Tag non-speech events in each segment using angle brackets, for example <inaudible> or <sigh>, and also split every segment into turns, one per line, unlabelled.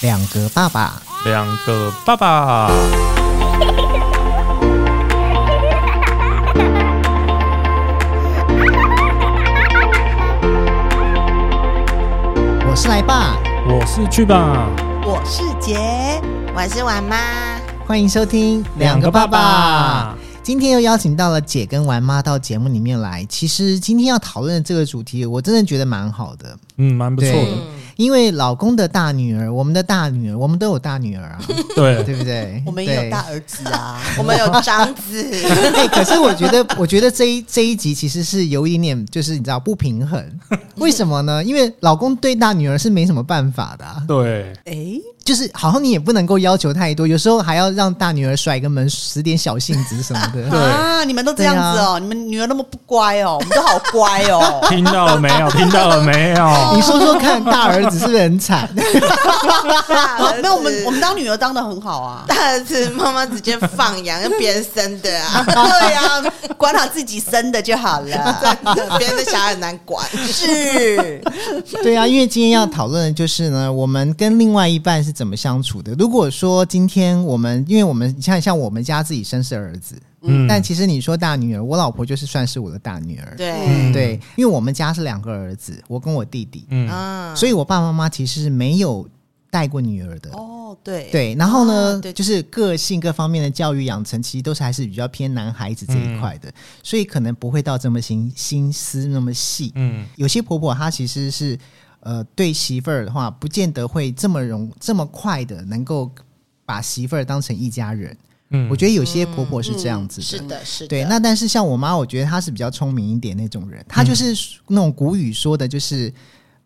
两个爸爸，
两个爸爸。
我是来爸，
我是去吧，
我是杰，我是婉妈。
欢迎收听今天又邀请到了姐跟玩妈到节目里面来。其实今天要讨论的这个主题，我真的觉得蛮好的，
嗯，蛮不错的，
因为老公的大女儿，我们的大女儿，我们都有大女儿
<laughs>
啊，
对，
对不对？
我们也有
对
大儿子啊，我们有长子。
<laughs> 哎、可是我觉得，我觉得这一这一集其实是有一点点，就是你知道不平
<laughs>
衡，为什么呢？因为老公对大女儿是没什么办法的、啊，
对，
哎，
就是好像你也不能够要求太多，有时候还要让大女儿甩个门，使点小性子什么
<laughs>
的。
啊，你们都这样子哦，你们女儿那么不乖哦，我们都好乖哦
<laughs> 。听到了没有？听到了没有？
你说说看，大儿子是不是很惨？ <laughs>
啊 <laughs> 没有，我们我们当女儿当的很好
<laughs>
啊。
<laughs> 大儿子妈妈直接放羊，跟别人生的
<laughs>
啊，
对呀、管好自己生的就好了。
别人的小孩很难管。
是，
对啊，因为今天要讨论的就是呢，我们跟另外一半是怎么相处的。如果说今天我们，因为我们像像我们家自己生是儿子，
嗯
但其实你说大女儿，我老婆就是算是我的大女儿。
对，
对，因为我们家是两个儿子，我跟我弟弟，
嗯，
嗯，
所以我爸爸妈妈其实是没有带过女儿的。
哦，对，
对，然后呢，
啊对
就是个性各方面的教育养成，其实都是还是比较偏男孩子这一块
嗯
的，所以可能不会到这么心心思那么细。
嗯，
有些婆婆她其实是呃对媳妇儿的话，不见得会这么容这么快的能够把媳妇儿当成一家人。
嗯
我觉得有些婆婆是这样
嗯
子的，
嗯是的，是的。
对，那但是像我妈，我觉得她是比较聪明一点那种人，她就是那种古语说的，就是。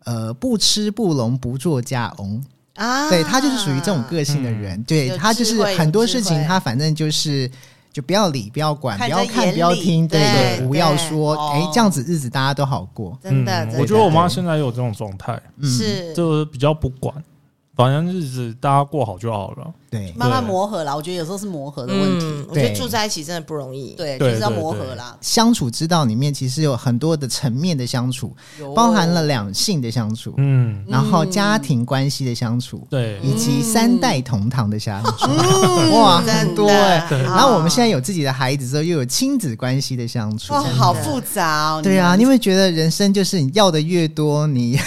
呃，不吃不聋，不做家翁，
啊
对她就是属于这种个性的人，对
有
她就
智
是
慧
很
有
多
智
事情
慧
她反正就是就不要理，不要管，不
看
要
在
看，
眼
不要
里
听，对
对
也不要
对
说，哎、
哦
这样子日子大家都好过。
真的
嗯，
真的
我觉得我妈现在也有这种状态，
嗯，
是
就是比较不管，反正日子大家过好就好了。
对，
慢慢磨合啦，我觉得有时候是磨合的问题。
嗯，我觉
对
得住在一起真的不容易。，
对，就
对
是要
对
磨合
对
啦，
相处之道里面其实有很多的层面的相处，
有
包含
哦
了两性的相处，
嗯，
然后家庭关系的相处。
对，
以及
嗯
三代同堂的相处，哇，
真的
很多哎、
对
然后我们现在有自己的孩子之后，又有亲子关系的相处
哇，，好复杂哦。
对啊，
你
你会觉得人生就是你要的越多，你 <laughs>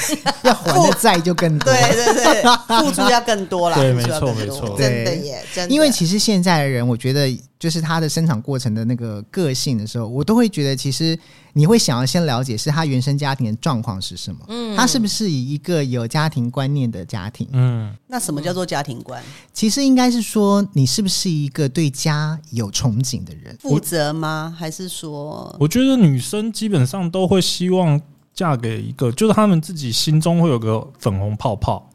要还的债就更多。
们对对对，付出要更多啦，
对
付出
没
要
错
更多
没错
真的耶，真的。
因为其实现在的人，我觉得就是他的生长过程的那个个性的时候，我都会觉得，其实你会想要先了解是他原生家庭的状况是什么，嗯，他是不是以一个有家庭观念的家庭？
嗯，
那什么叫做家庭观？
其实应该是说你是不是一个对家有憧憬的人？
负责吗？还是说
我觉得女生基本上都会希望嫁给一个，就是她们自己心中会有个粉红泡泡，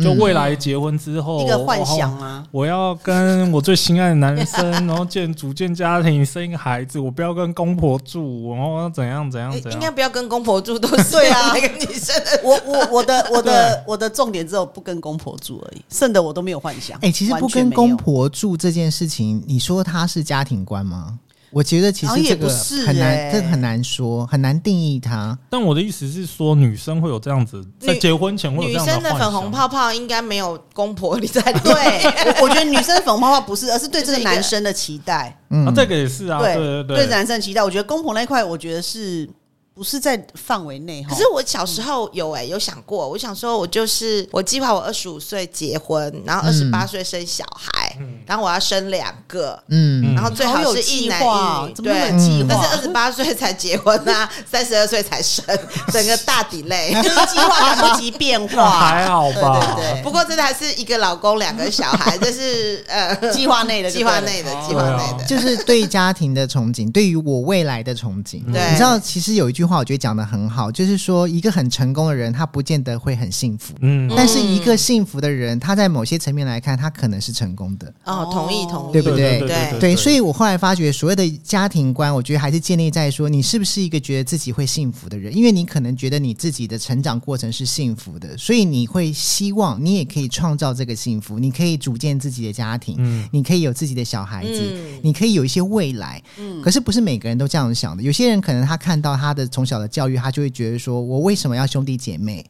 就未来结婚之后哦
一个幻想啊？
我要跟我最心爱的男生，然后建组建家庭，生一个孩子，我不要跟公婆住，然后怎样怎样
诶
怎样。
应该不要跟公婆住，都是
对
<laughs>
啊
那个女生的
我我我的我的我的重点只有不跟公婆住而已，剩的我都没有幻想。
哎、其实不
完全
跟
没
公，
有
婆住这件事情，你说他是家庭观吗？我觉得其
好
实
像
这
哦也不
个
是
很难，
欸
这个很难说，很难定义它。
但我的意思是说，女生会有这样子，在结婚前会有
女
这样
生的
幻
粉
想
红，泡泡，应该没有公婆 <laughs> 你在
<laughs>
里面。
对，我我觉得女生的粉红泡泡不是，而是对这个
就是一个
男生的期待，
嗯，
啊，这个也是啊，对
对
对对，
男生的期待。我觉得公婆那一块，我觉得是不是在范围内哈？
可是我小时候有哎、有想过，我想说，我就是我计划我二十五岁结婚，然后二
嗯
十八岁生小孩，然后我要生两个，
嗯，
然后最好
好有
是
计
一男
划
一
哦
女，，
怎么那
对
么有。计划？
但是二十八岁才结婚啊，三十二岁才生，整个
<laughs>
大底累。
就是计划赶不及变
那
<laughs>
化，
还好吧？
对对
不过真的还是一个老公两个小孩，这是呃
计划内的就
计
对了
划内的计划内的，
就是对家庭的憧憬，对于我未来的憧憬。
对
你知道，其实有一句话我觉得讲的很好，就是说一个很成功的人，他不见得会很幸福，
嗯，
但是一个幸福的人，他在某些层面来看，他可能是成功的。
哦，同意同意，
对不对
对
对，所以我后来发觉，所谓的家庭观，我觉得还是建立在说你是不是一个觉得自己会幸福的人，因为你可能觉得你自己的成长过程是幸福的，所以你会希望你也可以创造这个幸福，你可以组建自己的家庭，
嗯
你可以有自己的小孩子，
嗯
你可以有一些未来。可是不是每个人都这样想的，有些人可能他看到他的从小的教育，他就会觉得说我为什么要兄弟姐妹？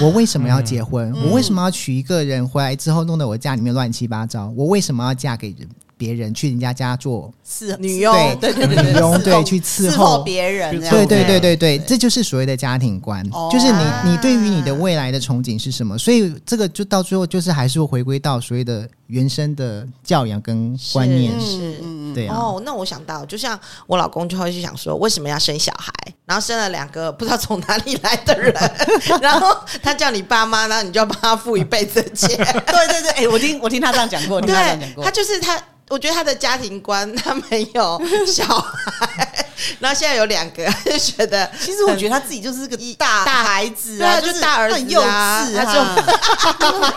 我为什么要结婚？我为什么要娶一个人回来之后弄得我家里面乱七八糟？我为什么要嫁给人别人去人家家做？
是
女佣
对对对
女
对，
佣
侍
对
奉
去伺
伺
候
候别人这样
对
子，
对对对对，这就是所谓的家庭观，
哦
就是你你对于你的未来的憧憬是什么？所以这个就到最后就是还是会回归到所谓的原生的教养跟观念，
是是
嗯嗯嗯，
对啊。
哦，那我想到，就像我老公就会去想说，为什么要生小孩？然后生了两个不知道从哪里来的人，然后他叫你爸妈，然后你就要帮他付一辈子的钱。
对对对，哎，我听我听他这样讲过，我听他这样讲
对，
过
他，就是他，我觉得他的家庭观他没有小孩，然后现在有两个， <laughs> 他就觉得
其实我觉得他自己就是个大
大
孩子
对啊，
啊，
就是大儿子
很幼稚
啊他
啊，
<laughs>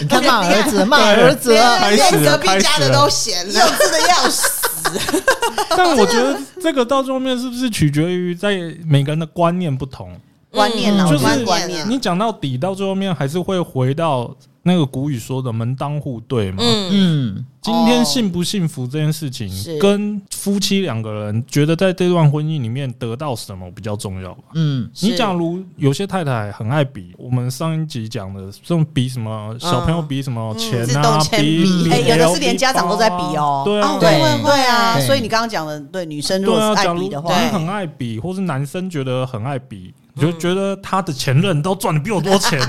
你看骂儿子，骂儿子
连
了，
开始
连
了
隔壁家
开始
的
了
都嫌 <laughs>
幼
了。
稚的要死。
但我觉得这个到最后面是不是取决于在每个人的观念不同？
观念啊，
就是
我觉得观念
嗯
你讲到底，到最后面还是会回到那个古语说的“门当户对”嘛。
嗯，
嗯，
今天幸不幸福这件事情，
是
跟夫妻两个人觉得在这段婚姻里面得到什么比较重要吧。
嗯，
你
是
假如有些太太很爱比，我们上一集讲的这种比什么小朋友比什
嗯
么钱
自
啊
动，铅
比
笔
比
哎
有的
LV
是连家长都在比哦
包啊对啊
哦，
对
会会
对啊，
对
所以你刚刚讲的，对女生如
对
果
啊，
是
假
爱
如
比的话，嗯
你很爱比，或是男生觉得很爱比，就觉得他的前任都赚的比我多钱，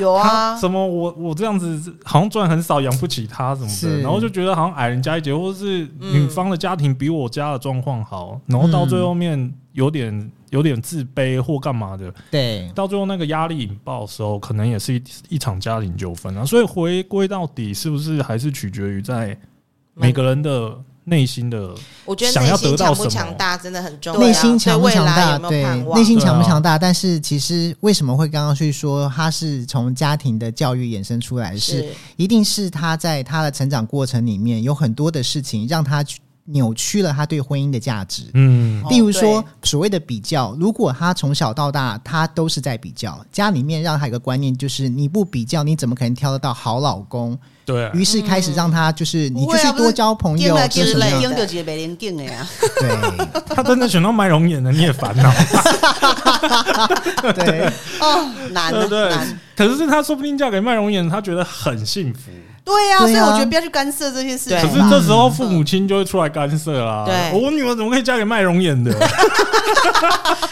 有
他
啊，
什么我我这样子好像赚很少，养不起他什么
是
的，然后就觉得好像矮人家一截，或是女方的家庭比我家的状况好，然后到最后面有点有点自卑或干嘛的，
对，
到最后那个压力引爆的时候，可能也是一一场家庭纠纷啊。所以回归到底，是不是还是取决于在每个人的内心的
我觉得
想
内
要
心
得到
强不
什么
强大真的很重要，
内心强不
对未
强大？
来有没
对
有盼，望？
内心强不强大？但是其实为什么会刚刚去说他是从家庭的教育衍生出来是
是
一定是他在他的成长过程里面有很多的事情让他去扭曲了他对婚姻的价值。
嗯
哦
例如说
对，
所谓的比较，如果他从小到大他都是在比较，家里面让他有个观念就是你不比较，你怎么可能挑得到好老公？ <laughs>
对
于是开始让他就是你就是
不会啊不
多
是啊
交朋友
颠来
就
颠
是
去
什么样
类的
颠到几个白莲镜的呀，
对
他真的选到卖容颜的，你也烦恼，
对，
哦，
<laughs>
难
对
啊
不对
难，？
可是他说不定嫁给卖容颜，他觉得很幸福。
对呀，所
对啊
以我觉得不要去干涉这些事
对
可是
情。
这时候父母亲就会出来干涉啊！
对
我女儿怎么可以嫁给卖容颜的？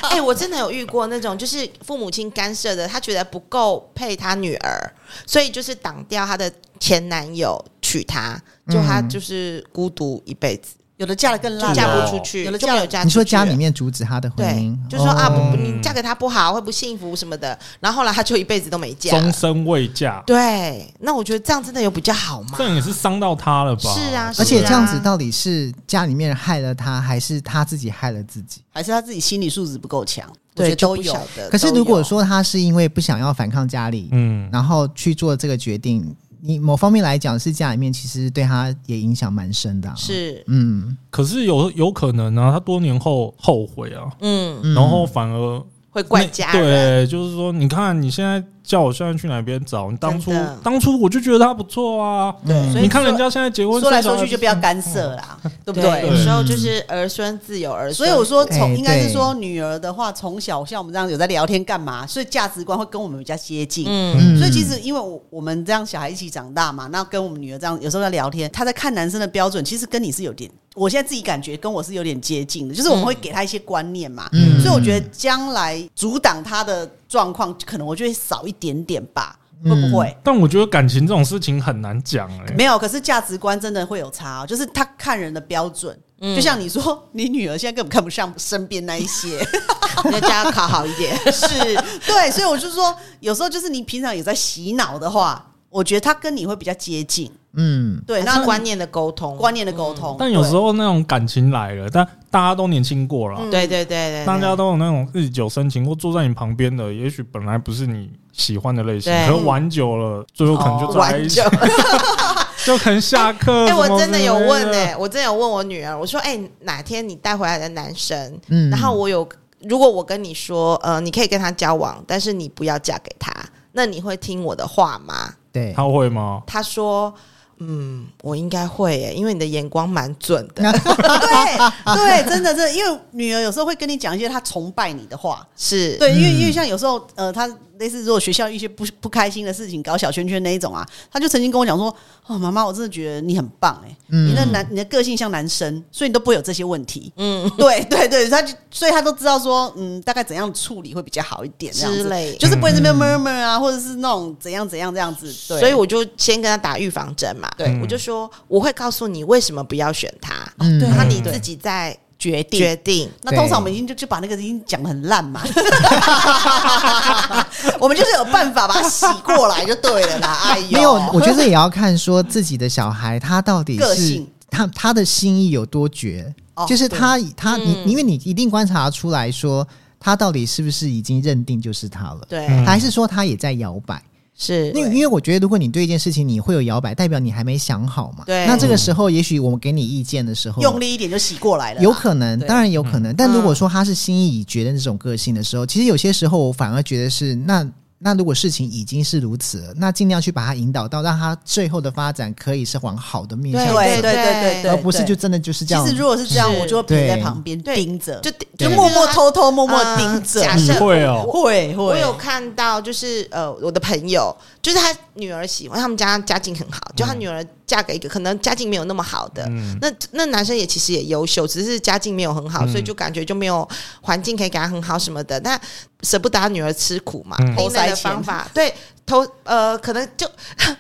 哎、我真的有遇过那种，就是父母亲干涉的，他觉得不够配他女儿，所以就是挡掉她的前男友娶她，就她
嗯
就是孤独一辈子，
有的嫁的更烂
就
啊，
嫁
有
不出去，
有的
就
嫁
没
了
有嫁出去。
你说家里。面阻止他的婚
对
姻，，
就说啊，
哦
不不，你嫁给他不好，会不幸福什么的。然后后来他就一辈子都没嫁。
终身未嫁，
对，那我觉得这样真的有比较好吗
这？样也是伤到他了吧？
是啊是啊
而且这样子
啊
到底是家里面人害了他，还是他自己害了自己？
还是他自己心理素质不够强，我
对，
觉得都
就不
有
晓。得
可是
呃都
如果
有
说他是因为不想要反抗家里，
嗯，
然后去做这个决定，你某方面来讲是家里面其实对他也影响蛮深的、啊。，
是，
嗯，
可是有有可能啊，他多年后后悔啊，
嗯，
嗯
然后反而
会怪家人，
对，就是说，你看你现在叫我现在去哪边找？你当初
真的
当初我就觉得他不错啊，
对
所以
你看人家现在结婚，
说来说
生小
去
孩
就不要干涉啦， <laughs> 对不对？
有时候就是儿孙自有儿孙，
所以我说
哎
从应该
对
是说女儿的话，从小像我们这样有在聊天干嘛，所以价值观会跟我们比较接近。
嗯
嗯
所以其实，因为我我们这样小孩一起长大嘛，那跟我们女儿这样，有时候在聊天，她在看男生的标准，其实跟你是有点，我现在自己感觉跟我是有点接近的，就是我们会给她一些观念嘛，
嗯
所以我觉得将来阻挡她的状况，可能我就会少一点点吧，会
嗯
不会？
但我觉得感情这种事情很难讲哎、
没有，可是价值观真的会有差、哦，就是她看人的标准。
嗯
嗯
就像你说，你女儿现在根本看不上身边那
<laughs>
一些，
要家考好一 <laughs> 点，
是对，所以我就说，有时候就是你平常有在洗脑的话，我觉得她跟你会比较接近，
嗯，
对，
那
那
是观念的沟通，
观念的沟通。
嗯但有时
对
候那种感情来了，但大家都年轻过了，
对对对对，
大家
都
都有那种日久生情，或坐在你旁边的，也许本来不是你喜欢的类型，
对
可是玩久了，最后可能就
哦
在一
玩
起
久，了。
<laughs> 就可能下课。
哎、
什么
我真的
之
有
类的
问哎、我真的有问我女儿，我说哎、哪天你带回来的男生，
嗯
然后我有，如果我跟你说，呃，你可以跟他交往，但是你不要嫁给他，那你会听我的话吗？
对，
他会吗？
她说。嗯，我应该会耶，因为你的眼光蛮准的。
对对，真的，真的，因为女儿有时候会跟你讲一些她崇拜你的话，
是，
对，因为
嗯
因为像有时候呃，她类似如果学校一些不不开心的事情，搞小圈圈那一种啊，他就曾经跟我讲说：“哦，妈妈，我真的觉得你很棒哎、
嗯
你那男你的个性像男生，所以你都不会有这些问题。”嗯，对对对，他就所以他都知道说，嗯，大概怎样处理会比较好一点这样
之
子，
类。
就是不会这边 murmur 啊，或者是那种怎样怎样这样子。对，
所以我就先跟他打预防针嘛，
对
我就说我会告诉你为什么不要选他，
嗯
对
那你
对
自己再
决定
决定。
那通
对
常我们已经就就把那个已经讲的很烂嘛， <laughs> 我们就是有办法把它洗过来就对了
<laughs>
啦。哎呦，
没有，我觉得这也要看说自己的小孩他到底
个
是
性
他他的心意有多绝，
哦
就是他他你、
嗯
因为你一定观察出来说他到底是不是已经认定就是他了，
对，
嗯
还是说他也在摇摆？
是
因为因为我觉得如果你对一件事情你会有摇摆，代表你还没想好嘛。
对
那这个时候也许我们给你意见的时候，
用力一点就洗过来了啦。
有可能，
对嗯
当然有可能。但如果说他是心意已决的那种个性的时候，其实有些时候我反而觉得是那。那如果事情已经是如此了，那尽量去把它引导到让他最后的发展可以是往好的面向走，
对对对对对，
而不是就
对
真的就是这样
其。实如果是这样，
是
我就会陪在
对
旁边
对
盯着，
就
就
就
默默偷偷摸
默
默盯着。
假
你
设
会哦
会会，
我有看到，就是呃，我的朋友，就是他女儿喜欢他们家家境很好，就他女儿嫁给一个可能家境没有那么好的，
嗯
那那男生也其实也优秀，只是家境没有很好，
嗯
所以就感觉就没有环境可以给他很好什么的，但舍不得他女儿吃苦嘛，
嗯
另类
偷塞
的
钱
方法 <laughs> 对。投呃，可能就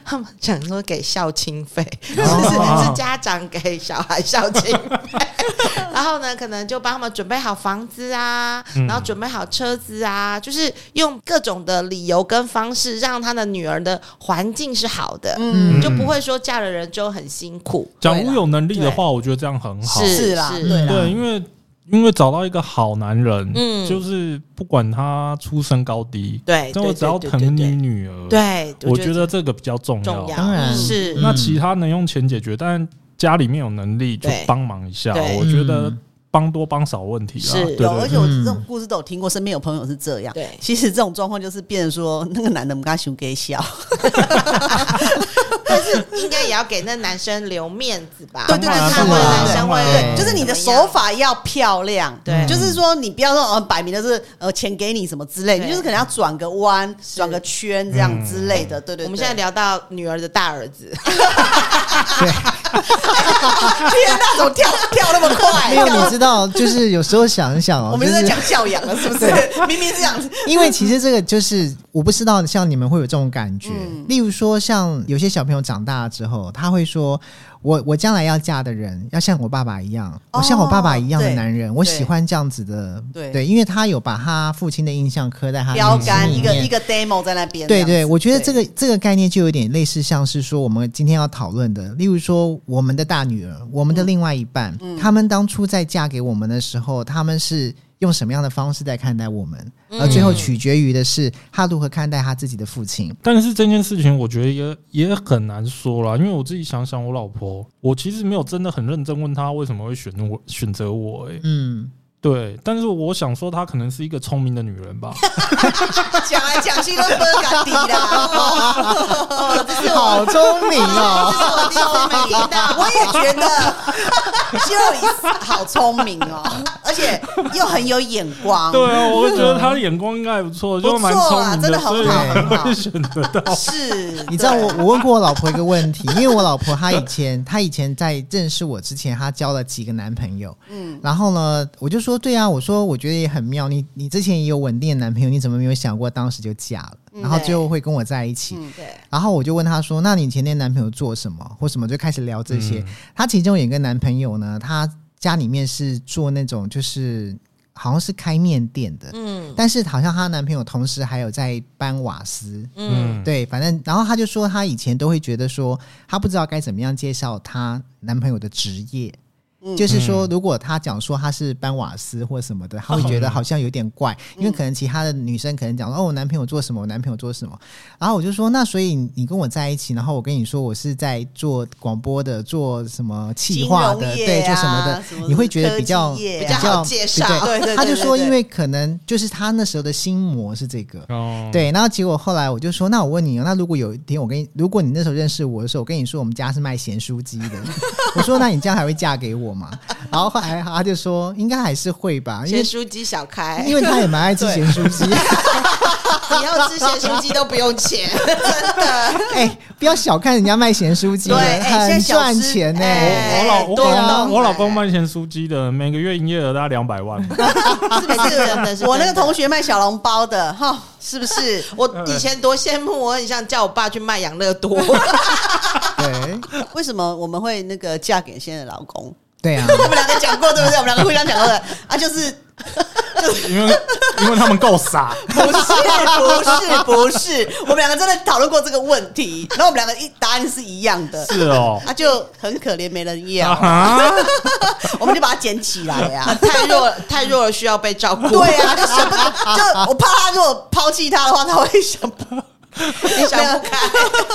他们想说给孝亲费，是
哦
<laughs> 是是家长给小孩孝亲费， <laughs> 然后呢，可能就帮他们准备好房子啊，
嗯
然后准备好车子啊，就是用各种的理由跟方式，让他的女儿的环境是好的，
嗯
就不会说嫁了人之后很辛苦。
假如有能力的话，我觉得这样很好。
是啦，
是
对啦，
对，因为因为找到一个好男人，
嗯
就是不管他出身高低，
对，
但我只要
对对
疼你
对
女儿，
对，对
我
觉
觉得这个比较重
重要，
当然
是
嗯
那其他能用钱解决，但家里面有能力就
对
帮忙一下，
对
我觉得
嗯 <laughs>
帮多帮少问题啦。啊对
是有
对
有，而且
对
我这种故事都有听过，身边有朋友是这样。
对
其实这种状况就是变成说，那个男的我们跟他熊给笑，
但是应该也要给那男生留面子吧？
对对
不
对
然
是
他会
啊
男生
对
会
对
就是你的手法要漂亮，
嗯
对
就是说你不要说呃摆明的是呃钱给你什么之类，
对
你就是可能要转个弯、
是
转个圈这样之类
嗯
的，对对。
我们
对
现在聊到女儿的大儿子，<laughs>
<laughs> 天哪，怎么跳跳那么快？
没有，你知道，就是有时候想一想哦，
<laughs> 我们
就是
在
是
讲教养了，是不是？明明是这样子，
<laughs> 因为其实这个就是我不知道，像你们会有这种感觉。
嗯
例如说，像有些小朋友长大之后，他会说：“我我将来要嫁的人要像我爸爸一样，
哦
我像我爸爸一样的
对
男人，我
对
喜欢这样子的。”
对
因为他有把他父亲的印象刻在他的
标
内心
杆
里
一个
面
一个 demo 在那边。
啊对
这
对，
样子
我觉得 <laughs> 这个这个概念就有点类似，像是说我们今天要讨论的，例如说我们的大女儿，我
嗯
们的另外一半，他们当初在嫁给我们的时候，他们是用什么样的方式在看待我们，而最后
嗯
取决于的是他如何看待他自己的父亲。
但是这件事情，我觉得也也很难说啦，因为我自己想想，我老婆，我其实没有真的很认真问她为什么会选我选择我、欸，
嗯，
对，但是我想说，她可能是一个聪明的女人
<laughs>
吧，
讲来讲去都是波卡迪啦，哦
好聪明
这
哦！
是我第一次没听到。
我也觉得 Joey 好聪明哦，而且又很有眼光。
对啊，我会觉得她的眼光应该还不错，
<laughs> 不
就蛮
错
聪
啦
明
真的很
所以
好啊
我
很好 <laughs>
会选择她。
是，
<laughs> 你知道
对
我我问过我老婆一个问题，因为我老婆她以前她以前在认识我之前，她交了几个男朋友，嗯，然后呢，我就说对啊，我说我觉得也很妙，你你之前也有稳定的男朋友，你怎么没有想过当时就嫁了，然后最后会跟我在一起？
嗯
嗯对，
然后我就问她说，那你前天男朋友做什么或什么，就开始聊这些。她其中有一个男朋友呢，他家里面是做那种就是好像是开面店的，
嗯
但是好像她男朋友同时还有在搬瓦斯，
嗯，
对，反正然后她就说，她以前都会觉得说，她不知道该怎么样介绍她男朋友的职业，
嗯嗯
就是说，如果她讲说她是搬瓦斯或什么的，她会觉得好像有点怪，因为可能其他的女生可能讲说，哦，我男朋友做什么，我男朋友做什么，然后我就说，那所以你跟我在一起，然后我跟你说我是在做广播的，做什么企
金
划
融
的，
业
对，做什么
啊
的，
什么
你会觉得
科
比
技
较
业
啊比较好介绍
对
<laughs> 对对对
她就说，
对对
因为可能就是她那时候的心魔是这个，
哦，
对，然后结果后来我就说，那我问你哦，那如果有一天我跟你，如果你那时候认识我的时候，我跟你说我们家是卖咸酥鸡的， <laughs> 我说那你这样还会嫁给我吗？然后后来他就 <laughs>
嗯
说，应该还是会吧，因
学
为
<laughs> 书机小开 <laughs>
因为他也蛮爱吃咸酥鸡，
以后吃咸酥鸡都不用 <laughs> 钱，真的。
哎、不要小看人家卖咸酥鸡的，
对哎现在
很
小
赚
吃
钱呢、
我
哎
老我
啊
多
老
弄
公我老
哎
公卖咸酥鸡的，每个月营业额大概两百万。
是不是真的是
我那个
真的
同学卖小笼包的，哈，是不是？
嗯
我以前多羡慕，我很想叫我爸去卖养乐多。
对
为什么我们会那个嫁给现在的老公？
对啊，
我们两个讲过，对不对？我们两个互相讲过的啊，就是
因为因为他们够
<laughs>
傻，
不是不是不是，我们两个真的讨论过这个问题，然后我们两个一答案是一样的，
是哦。
啊，就很可怜，没人
啊
要，
哈，
哦我们就把它捡起
<laughs>
来呀。
太弱了，太弱了，需要被照顾。 <laughs>
对啊，就想不就我怕他如果抛弃他的话，他会想不
想不开。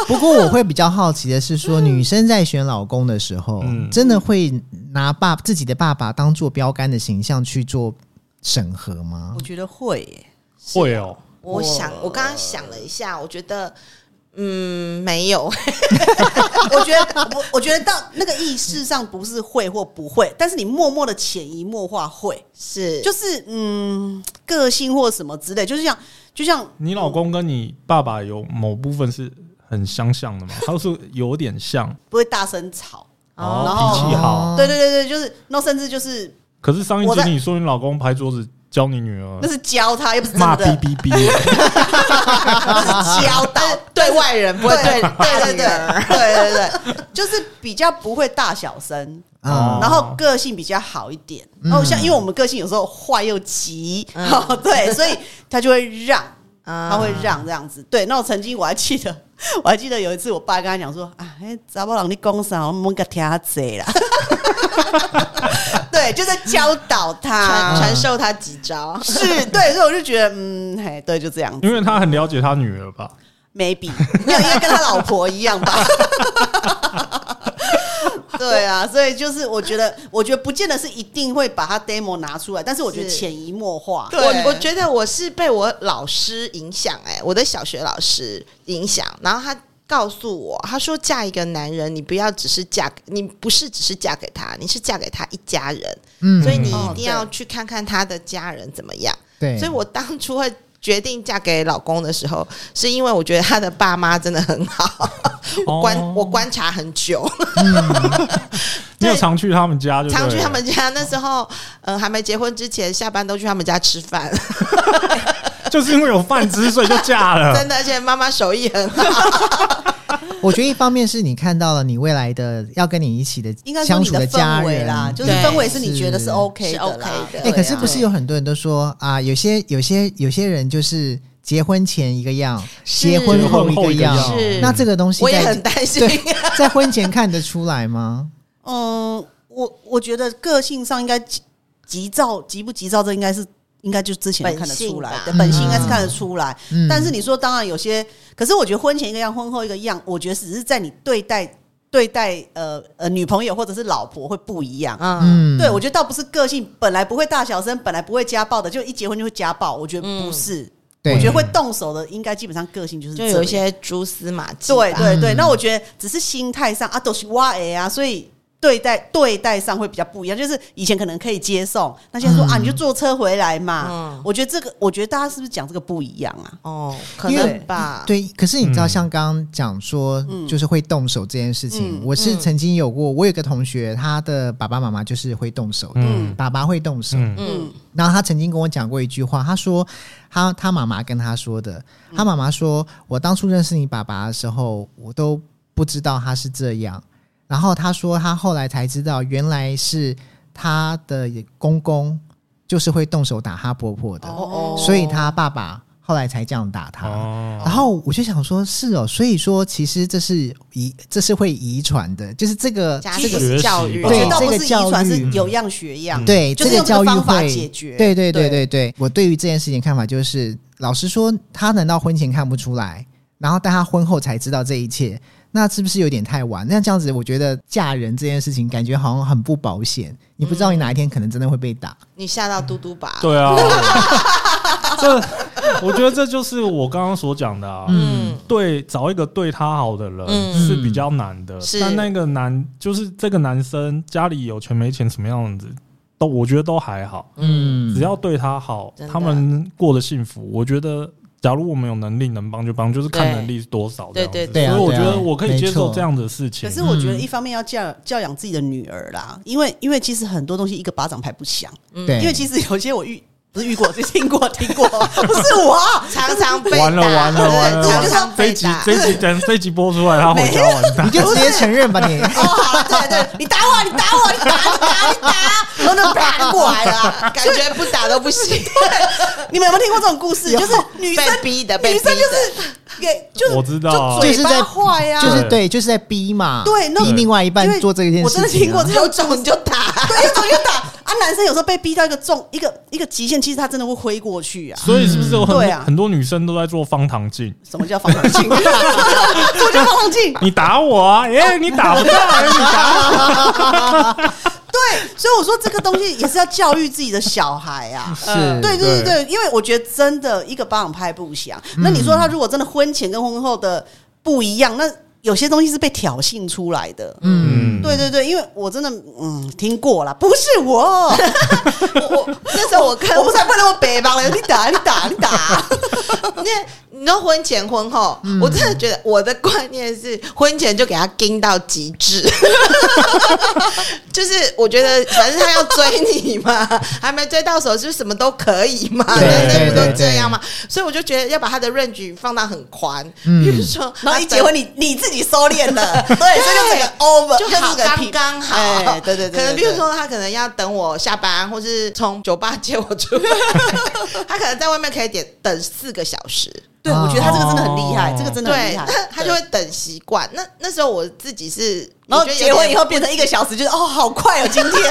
不过我会比较好奇的是
嗯
说，女生在选老公的时候，
嗯
真的会拿爸自己的爸爸当做标杆的形象去做审核吗
我？觉得会耶，
会哦，
<laughs> 我想，我刚刚想了一下，我觉得，嗯，没有，
我觉得我我觉得到那个意识上不是会或不会，但是你默默的潜移默化会，
是就
就是嗯，个性或什么之类，就是像就像
你老公跟你爸爸有某部分是很相像
<laughs>
的嘛？他说有点像，
不会大声吵，
<laughs>
哦嗯
然后
脾气好。
哦
对对对对，就是那甚至就是
可是上一
我
集
在
你说你老公拍桌子教你女儿
那是教他，又不是真
骂
的，
哔哔
<laughs>
哔，
那是教导。
对外人不会对
对对对对对对，就是比较不会大小声，
啊、
哦
然后个性比较好一点。
嗯
哦，像因为我们个性有时候坏又急， <laughs> 哦，对，所以他就会让，
啊
他会让这样子。对，那我曾经我还记得， <laughs> 我还记得有一次我爸跟他讲说：“啊，哎，查某人你讲啥，我们个听他贼啦。” <laughs> 对，就在教导
传
他。
传授他几招。
是对，所以我就觉得，嗯，嘿，对，就这样子
因为他很了解他女儿
<laughs>
吧？
，maybe <laughs> 没有，应该跟他老婆一样吧。 <laughs> 对啊，所以就是我觉得，我觉得不见得是一定会把他 demo 拿出来，但是我觉得
是
潜移默化。
我我觉得我是被我老师影响，哎，我的小学老师影响，然后他告诉我，他说嫁一个男人，你不要只是嫁，你不是只是嫁给他，你是嫁给他一家人，
嗯
所以你
哦
一定要
对
去看看他的家人怎么样。
对，
所以我当初会决定嫁给老公的时候，是因为我觉得他的爸妈真的很好，我观、
哦
我观察很久，
你有
对
常去他们家就对了，
常去他们家。那时候，呃，还没结婚之前，下班都去他们家吃饭，
<laughs> 就是因为有饭吃，所以就嫁了
<laughs> 真。的，而且妈妈手艺很好，
<laughs>
我觉得一方面是你看到了你未来的要跟你一起的
应该说
相
你
处
的
家
氛围
人
啦，就是
对
氛围是你觉得是
是
OK 的啦
是 OK 的
哎、
对啊
可是不是有很多人都说啊，有些有些有些人就是结婚前一个样，
是
结婚后
婚后
个样，
样
是
那这个东西
我也
在
很担心。
对， <laughs> 在婚前看得出来吗？
嗯，我我觉得个性上应该急急躁，急不急躁，这应该是应该就之前看得出来
本性
的
吧
本性，应该是看得出来。
嗯
但是你说，当然有些，可是我觉得婚前一个样，婚后一个样，我觉得只是在你对待对待呃呃女朋友或者是老婆会不一样。
<laughs>
啊
嗯，
嗯，
对，我觉得倒不是个性，本来不会大小声，本来不会家暴的，就一结婚就会家暴。我觉得不是，
对，
我觉得会动手的，应该基本上个性就是
就有一
这样
些蛛丝马迹吧。
对对对，
嗯
那我觉得只是心态上啊，都是哇哎啊，所以对待对待上会比较不一样。就是以前可能可以接送，那现在说、
嗯
啊，你就坐车回来嘛。
嗯
我觉得这个，我觉得大家是不是讲这个不一样啊？
哦，可
因为
能吧。
对，可是你知道，
嗯
像刚刚讲说，就是会动手这件事情，
嗯
我是曾经有过，我有个同学，他的爸爸妈妈就是会动手的，
嗯
爸爸会动手，
嗯，
嗯
嗯，
然后他曾经跟我讲过一句话，他说他他妈妈跟他说的，他妈妈说我当初认识你爸爸的时候，我都不知道他是这样。然后他说他后来才知道，原来是他的公公就是会动手打他婆婆的，
哦
嗯
所以他爸爸后来才这样打他。
哦
然后我就想说，是哦，所以说其实这是遗，这是会遗传的，就是这个
家
这
庭
个
学习
教育，
吧
嗯我觉
对
得倒不
这
是
个
遗
教
传，是
育
有样学
嗯
样。
对，
嗯就
这
是
个
用这
教
个
育
方法
会
解决
对对对对
对
对，我对于这件事情看法就是，老实说，他难道婚前看不出来，然后但他婚后才知道这一切，那是不是有点太晚？那这样子，我觉得嫁人这件事情感觉好像很不保险，你不知道你哪一天可能真的会被打。
你吓到嘟嘟吧？
对
<laughs>
啊，这我觉得这就是我刚刚所讲的啊。
嗯，
对，找一个对他好的人
嗯
是比较难的。
是
但那个男就是这个男生家里有钱没钱什么样子，都我觉得都还好。
嗯
只要对他好
真，的
他们过得幸福，我觉得假如我们有能力能帮就帮，就是看
对
能力是多少这
对
样
对
子
对啊
所以我觉
对啊
得我可以接
没
受
错
这样的事情
可。是我觉得
嗯
一方面要教教养自己的女儿啦，因为因为其实很多东西一个巴掌拍不响，
对，
因为其实有些我遇不是遇过，就听过听过，
<laughs>
不是我啊，
常
<laughs>
常被打，
完了完了
对
完了
常常
这
被
一集
打
这。一集等这一集播出来，他回家完蛋
你。就直接承认
<laughs>
吧，你
哦，好了，对对，
<laughs>
你打我，你打我，你打你打你打，然后
<laughs>
就啪过来了啊。
感觉不打都不
<laughs>
行，
你们有没有听过这种故事？就是女生
被逼的，被
女
逼的
生就是给就是
我知道啊
就
就
是
嘴
在
巴坏呀，
就是对，就是在逼嘛，
对那
逼另外一
因
半
为
做这件事情啊。
我真的听过这
有
种
种你就打。
对，越走越打啊！男生有时候被逼到一个重一个一个极限，其实他真的会挥过去
<laughs>
啊。
所以是不是有很
对
多
啊
很多女生都在做方糖镜？
什么叫放冷静？什么叫放冷静？
你打我啊！耶，你打不到，哎你
<laughs>
打我。
对， <laughs> 所以我说这个东西也是要教育自己的小孩啊。
是，
对对对对，因为我觉得真的一个巴掌拍不响。那你说他如果真的婚前跟婚后的不一样，那有些东西是被挑衅出来的。
嗯，
对对对，因为我真的嗯听过了，不是 <laughs> 我，
我我那时候我跟
我不才不能我北方了，你打你打你打，
那你知道婚前婚后，我真的觉得我的观念是婚前就给他盯到极致，就是我觉得反正他要追你嘛，还没追到手就什么都可以嘛，
对
男生不
对
都
对
这样嘛，所以我就觉得要把他的 range 放到很宽，
嗯
比如说
然后一结婚你你自己收敛了，对，
对
这就整个 over，
就
这
好
整个
刚
平
刚好，
哎对对对，
可能比
对
如，说他可能要等我下班，或是从酒吧接我出 <laughs> 来，他可能在外面可以点等四个小时，
对对我觉得他这个真的很厉害，
哦
这个真的很
对
厉害，，
他就会等习惯。那那时候我自己是，
然
我
后
觉得有
结婚
点 <laughs>
以后，变成一个小时，就是哦，好快哦，今天
那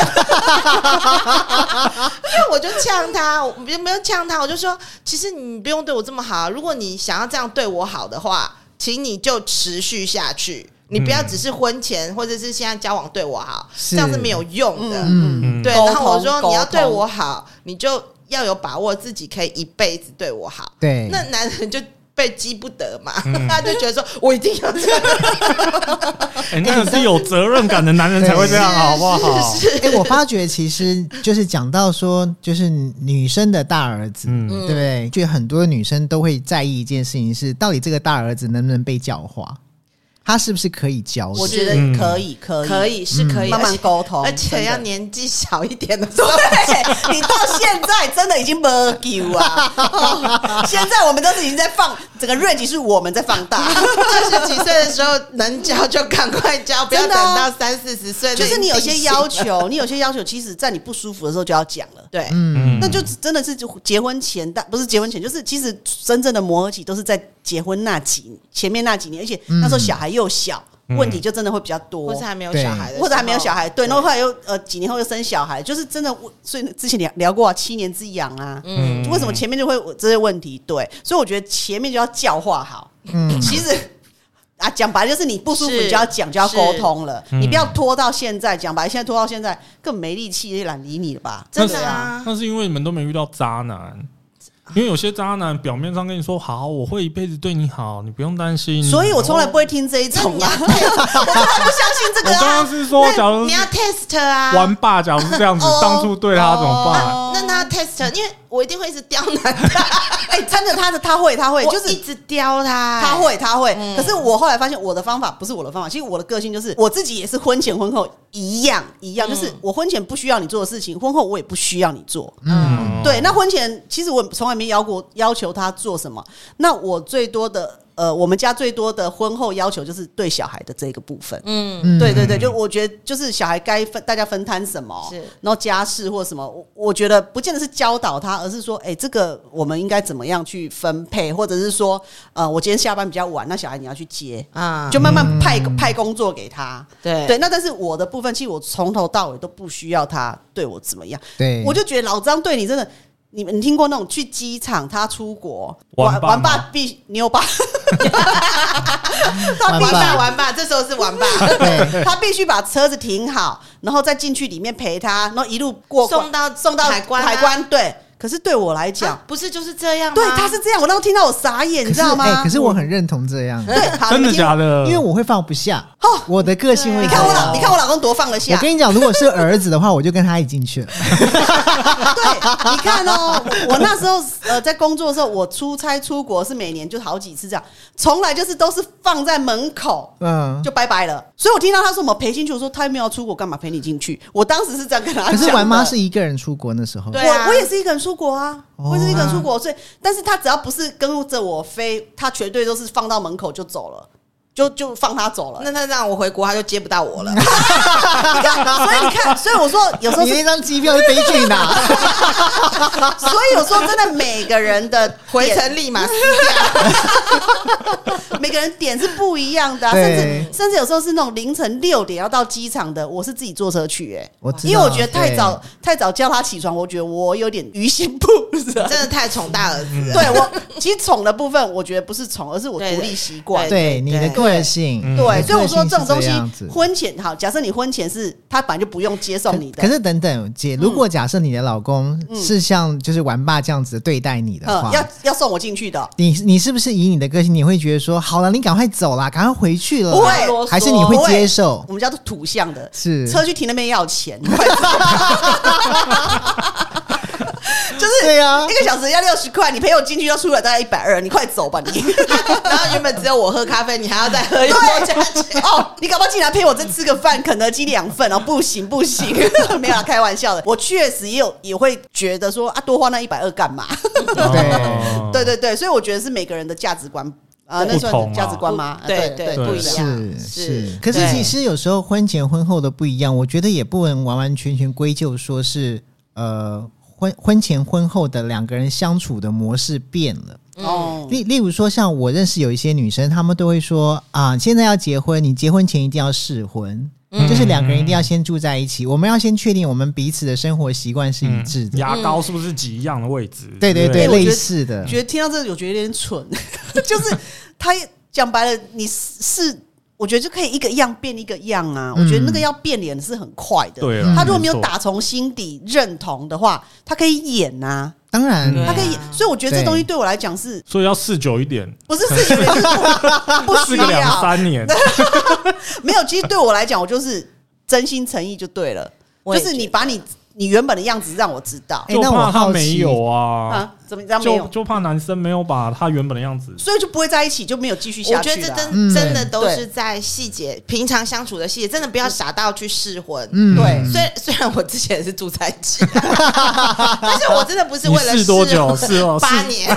我就呛他，我就没有呛他，我就说，其实你不用对我这么好，如果你想要这样对我好的话，请你就持续下去。你不要只是婚前或者是现在交往对我好，
是
这嗯样是没有用的。
嗯，
嗯
对，
沟
然后我
通
说
沟
你要对
通
我好，你就要有把握自己可以一辈子对我好。
嗯
对，
那男人就被激不得嘛， <laughs> 他就觉得说我一定要这样，
哎，那个是有责任感的男人才会这样，啊
是
好不好？
是是
<laughs> 哎、我发觉其实就是讲到说，就是女生的大儿子，
嗯
对不对？就很多女生都会在意一件事情是，到底这个大儿子能不能被教化，他是不是可以教的？
我觉得
嗯
可以， <laughs> 可以，
可以是可以，
慢慢
而且
沟通，
而且要
真的
年纪小一点的时候，
对你到 <laughs> 现在真的已经没救啊！现在我们都是已经在放整个 range 是我们在放大，
<laughs> <laughs> 二十几岁的时候能交就赶快
<laughs>
交，不要
真
等
的啊
到三四十岁。
就是你有些要
求，
求，你有些要求，其实在你不舒服的时候就要讲了。
对，
嗯
那就真的是结婚前，但不是结婚前，就是其实真正的磨合期都是在结婚那几前面那几年，而且那时候小孩又小，
嗯
问题就真的会比较多
或是。还没有小孩的时候，
或者还没有小孩，对，然后后来又呃几年后又生小孩，就是真的，我所以之前聊聊过啊，七年之痒啊，
嗯
为什么前面就会有这些问题？对，所以我觉得前面就要教化好。
嗯，
其实啊，讲白就是你不舒服，
是
你就要讲，就要沟通了，
嗯
你不要拖到现在。讲白，现在拖到现在更没力气，也懒理你了吧？
真
那
的
是
啊，
那是因为你们都没遇到渣男。因为有些渣男表面上跟你说好，我会一辈子对你好，你不用担心。
所以我从来
哦
不会听这一
那
种
你要
啊，
<laughs> test，
我从来不相信这
我
个
刚
啊。
刚是说，假如
你要 test 啊，
玩霸，假如是这样子
哦，
当初对他怎么办？
啊那他 test，因为我一定会一直刁难
<laughs>
<laughs>
哎，真的，他的他会，他会，
我
就是
一直刁他，
他会，他会。
嗯
可是我后来发现，我的方法不是我的方法。其实我的个性就是，我自己也是婚前婚后一样一样，就是我婚前不需要你做的事情，婚后我也不需要你做。
嗯，
对，那婚前其实我从来没要过要求他做什么。那我最多的呃，我们家最多的婚后要求就是对小孩的这个部分。
嗯，
嗯
对对对，就我觉得就是小孩该分大家分摊什么，
是
然后家事或什么，我我觉得不见得是教导他，而是说，哎、这个我们应该怎么样去分配，或者是说，呃，我今天下班比较晚，那小孩你要去接，
啊，
就慢慢派、派工作给他。
对
对，那但是我的部分，其实我从头到尾都不需要他对我怎么样。
对，
我就觉得老张对你真的，你们你听过那种去机场他出国
玩
玩
爸
玩
吗
爸必牛爸，他
玩
必
玩吧
吧
玩吧，这时候是 <laughs> 玩吧，
对
<laughs> 他必须把车子停好，然后再进去里面陪他，然后一路过关
送到
送到
海关啊
海关对。可是对我来讲，
啊不是就是这样吗？
对他是这样，我当时听到我傻眼，
可
你
是
知道
哎
吗？呃
可是我很认同这样，
对，好，
真的
你们听
假的？
因为我会放不下
哦。
我的个性会，
对
你看我老，你看我老公多放得
我
下。
跟你讲，如果是儿子的话，我就跟他一起进去
<laughs>
了。
对，你看哦，我我那时候呃在工作的时候，我出差出国是每年就好几次这样，从来就是都是放在门口。
嗯，
就拜拜了，所以我听到他说我们陪进去，我说他又没有出国，干嘛陪你进去？我当时是这样跟他讲
可
的。
是玩妈是一个人出国那时候，
对啊
我我也是一个人出国啊，
哦
我也是一个人出国，所以但是他只要不是跟着我飞，他绝对都是放到门口就走了，就就放他走了。
那他让我回国，他就接不到 <laughs> 我了。
你看，所以你看， <laughs> 所以我说有时候
你
是，
那张机票是飞去哪？
<laughs> 所以有时候真的每个人的 <laughs>
回
点
程立马撕
每个人点是不一样的啊、
对
甚至甚至有时候是那种凌晨六点要到机场的，我是自己坐车去、欸，
我知道
因为我觉得太
对
早太早叫他起床，我觉得我有点于心不
掉，
忍。 <laughs>
真的太宠大儿子了。
对我其实宠的部分，我觉得不是宠，而是我
对
独立习惯。
对
对你的个性，
嗯
对，所以我说
你
这
的
种
个性是
东西
样子，
婚前好，假设你婚前是他本来就不用接
可
送你的，嗯
可是等等，姐，如果假设你的老公是像就是玩爸这样子对待你的
呃
话，
要要送我进去的，
你你是不是以你的个性，你会觉得说好了，你赶快走啦，赶快回去了啦，
不会啰
嗦
还是你会接受？
我们叫做土象的，
是
车去停那边要钱，你快走就是
<laughs> 对啊
一个小时要六十块，你陪我进去要出来大概一百二，你快走吧你。 <laughs>
然后原本只有我喝咖啡，你还要再喝一波
啊
加钱。
哦，你搞不好进来陪我再吃个饭，肯德基两份哦，不行不行， <laughs> 没有啦，开玩笑的。我确实也有也会觉得说啊，多花那一百二干嘛？
哦
对对对，所以我觉得是每个人的价值观啊，那
不
算
同
是
啊
价值观吗？
对
啊
对
不
一样
是
是
是，可是
对
其实有时候婚前婚后的不一样，我觉得也不能完完全全归咎说是呃婚婚前婚后的两个人相处的模式变了。
哦，
嗯
例例如说，像我认识有一些女生，她们都会说啊，现在要结婚，你结婚前一定要试婚，
嗯
就是两个人一定要先住在一起，我们要先确定我们彼此的生活习惯是一嗯致的。
嗯牙膏是不是挤一样的位置？
对对
不
对，
我觉
类
得
似的，
觉得听到这个，我觉得有点蠢， <laughs> 就是他讲白了，你是我觉得就可以一个样变一个样啊。我觉得那个要变脸是很快的，
嗯对
嗯
啊，
他如果没有
错，
打从心底认同的话，他可以演呐、
当然
对
啊，他可以
啊
演。所以我觉得这
对
东西对我来讲是。
所以要试久一点，
不是是有点就是不不需
试个两
要，
三年。
没有。其实对我来讲，我就是真心诚意就对了，
我
就
也
是
觉
你
得
把你你原本的样子让我知道
哎
就
那我
怕
好
他
奇
没有啊，
啊，怎么样没
就
有，
就怕男生没有把他原本的样子。
所以就不会在一起，就没有继续
我
下去
觉
了
得
啊。
这
嗯
真真的都
对
是在细节，平常相处的细节，真的不要傻到去试婚。
嗯，
对
虽虽然我之前也是住在一起，但是我真的不是
你
为了
试多久？ <laughs> 试哦，
八
试
年，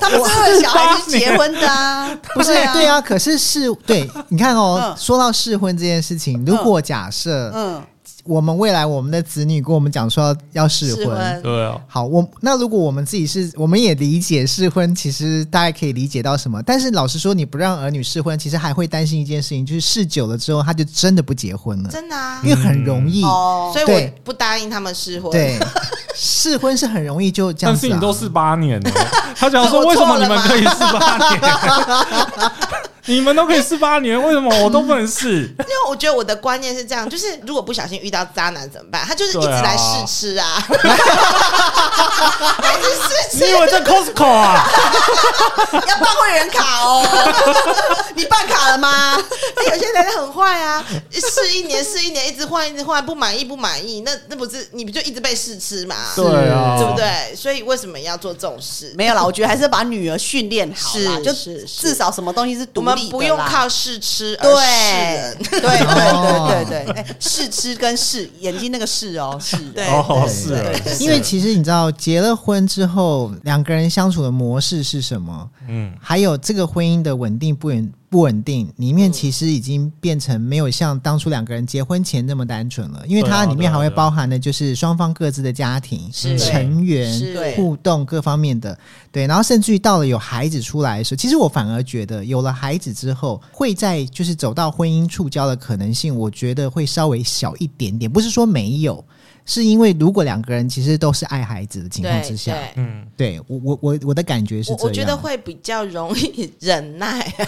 他们是为了小孩去结婚的啊，
不是对啊，可是试
<laughs>
对，你看哦，
嗯
说到试婚这件事情，如果假设
嗯，
我们未来我们的子女跟我们讲说要要试
试
婚，
婚
对啊，
好，我那如果我们自己是，我们也理解试婚，其实大概可以理解到什么。但是老实说，你不让儿女试婚，其实还会担心一件事情，就是试久了之后，他就真的不结婚了，
真的啊
因。
嗯
为很容易。
哦，
所以
对
我不答应他们试婚。
对，试婚是很容易就这样
但
子、
是
啊。
你都试八年了，他讲
我
说为什么你们
错了吗
可以试八年？ <laughs> 你们都可以试八年，为什么我都不能试？
因为我觉得我的观念是这样，就是如果不小心遇到渣男怎么办？他就是一直
对啊
来试
<laughs>
吃啊，还是试
你
吃
以，为在 Costco 啊？
要办会员卡
<laughs>
哦。
你办卡了吗？
那哎有些人很坏啊，试一年试一年，一直换一直换，不满意不满意，那那不是你不就一直被试吃嘛？
是
对啊，
对不？对？所以为什么要做这种事？
哦没有啦，我觉得还是把女儿训练好啦，
是
就是
是
至少什么东西是
我
独立的啦
们不用靠试吃而试
对
人。
对对对对对，哎试吃跟试眼睛那个试哦，是
对
哦，是啊，
因为其实你知道，结了婚之后，两个人相处的模式是什么？
嗯，
还有这个婚姻的稳定不稳不稳定，里
嗯
面其实已经变成没有像当初两个人结婚前那么单纯了，因为
对啊
它里面
对啊
还会
对啊
包含的就是双方各自的家庭、
是
成员
是、
对
互动各方面的，对，然后甚至于到了有孩子出来的时候，其实我反而觉得有了孩子之后，会在就是走到婚姻触礁的可能性，我觉得会稍微小一点点，不是说没有。是因为如果两个人其实都是爱孩子的情况之
对
下，
对。
嗯，
对我我我我的感觉是
我
这样，
我觉得会比较容易忍耐， <laughs>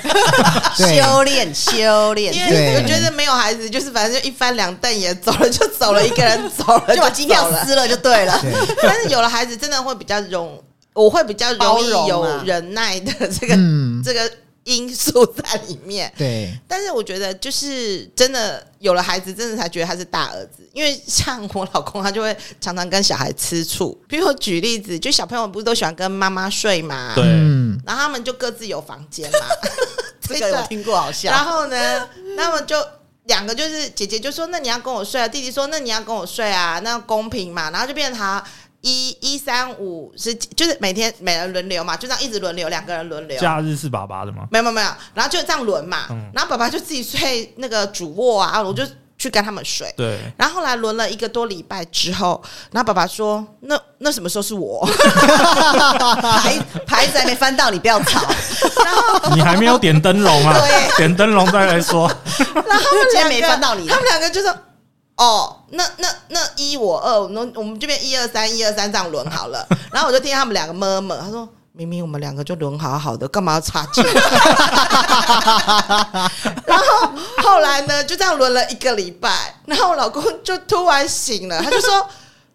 对
修炼修炼，
因
对
为我觉得没有孩子，就是反正就一翻两瞪眼，走了就走了，一个人走了
<laughs> 就把
机
机
票
票撕了就对了。
对，
<laughs> 但是有了孩子，真的会比较容，我会比较容易
包容啊
有忍耐的这个、
嗯，
这个因素在里面。
对
但是我觉得，就是真的有了孩子，真的才觉得他是大儿子。因为像我老公，他就会常常跟小孩吃醋。比如我举例子，就小朋友不是都喜欢跟妈妈睡嘛，
对
嗯， <laughs>
然后他们就各自有房间嘛。
<laughs> 这个我听过，好笑。
然后呢，那么就两个就是姐姐就说那你要跟我睡啊，弟弟说那你要跟我睡啊，那公平嘛，然后就变成好一一三五是就是每天每人轮流嘛，就这样一直轮流，两个人轮流。
假日是爸爸的吗？
没有没有没有，然后就这样轮嘛，
嗯
然后爸爸就自己睡那个主卧啊，我就去跟他们睡。
对，
然后后来轮了一个多礼拜之后，然后爸爸说：“那那什么时候是我 <laughs>
牌牌子还没翻到，你不要吵。
你还没有点灯笼啊，点灯笼再来说。
<laughs>
今天没
两个
翻到你？”
他们两个就说：“哦，那那那一我二，我们我们这边一二三一二三这样轮好
<laughs>
了。”然后我就听他们两个么么，他说。明明我们两个就轮好好的，干嘛要差距？
<laughs>
然后后来呢，就这样轮了一个礼拜，然后我老公就突然醒了，他就说：“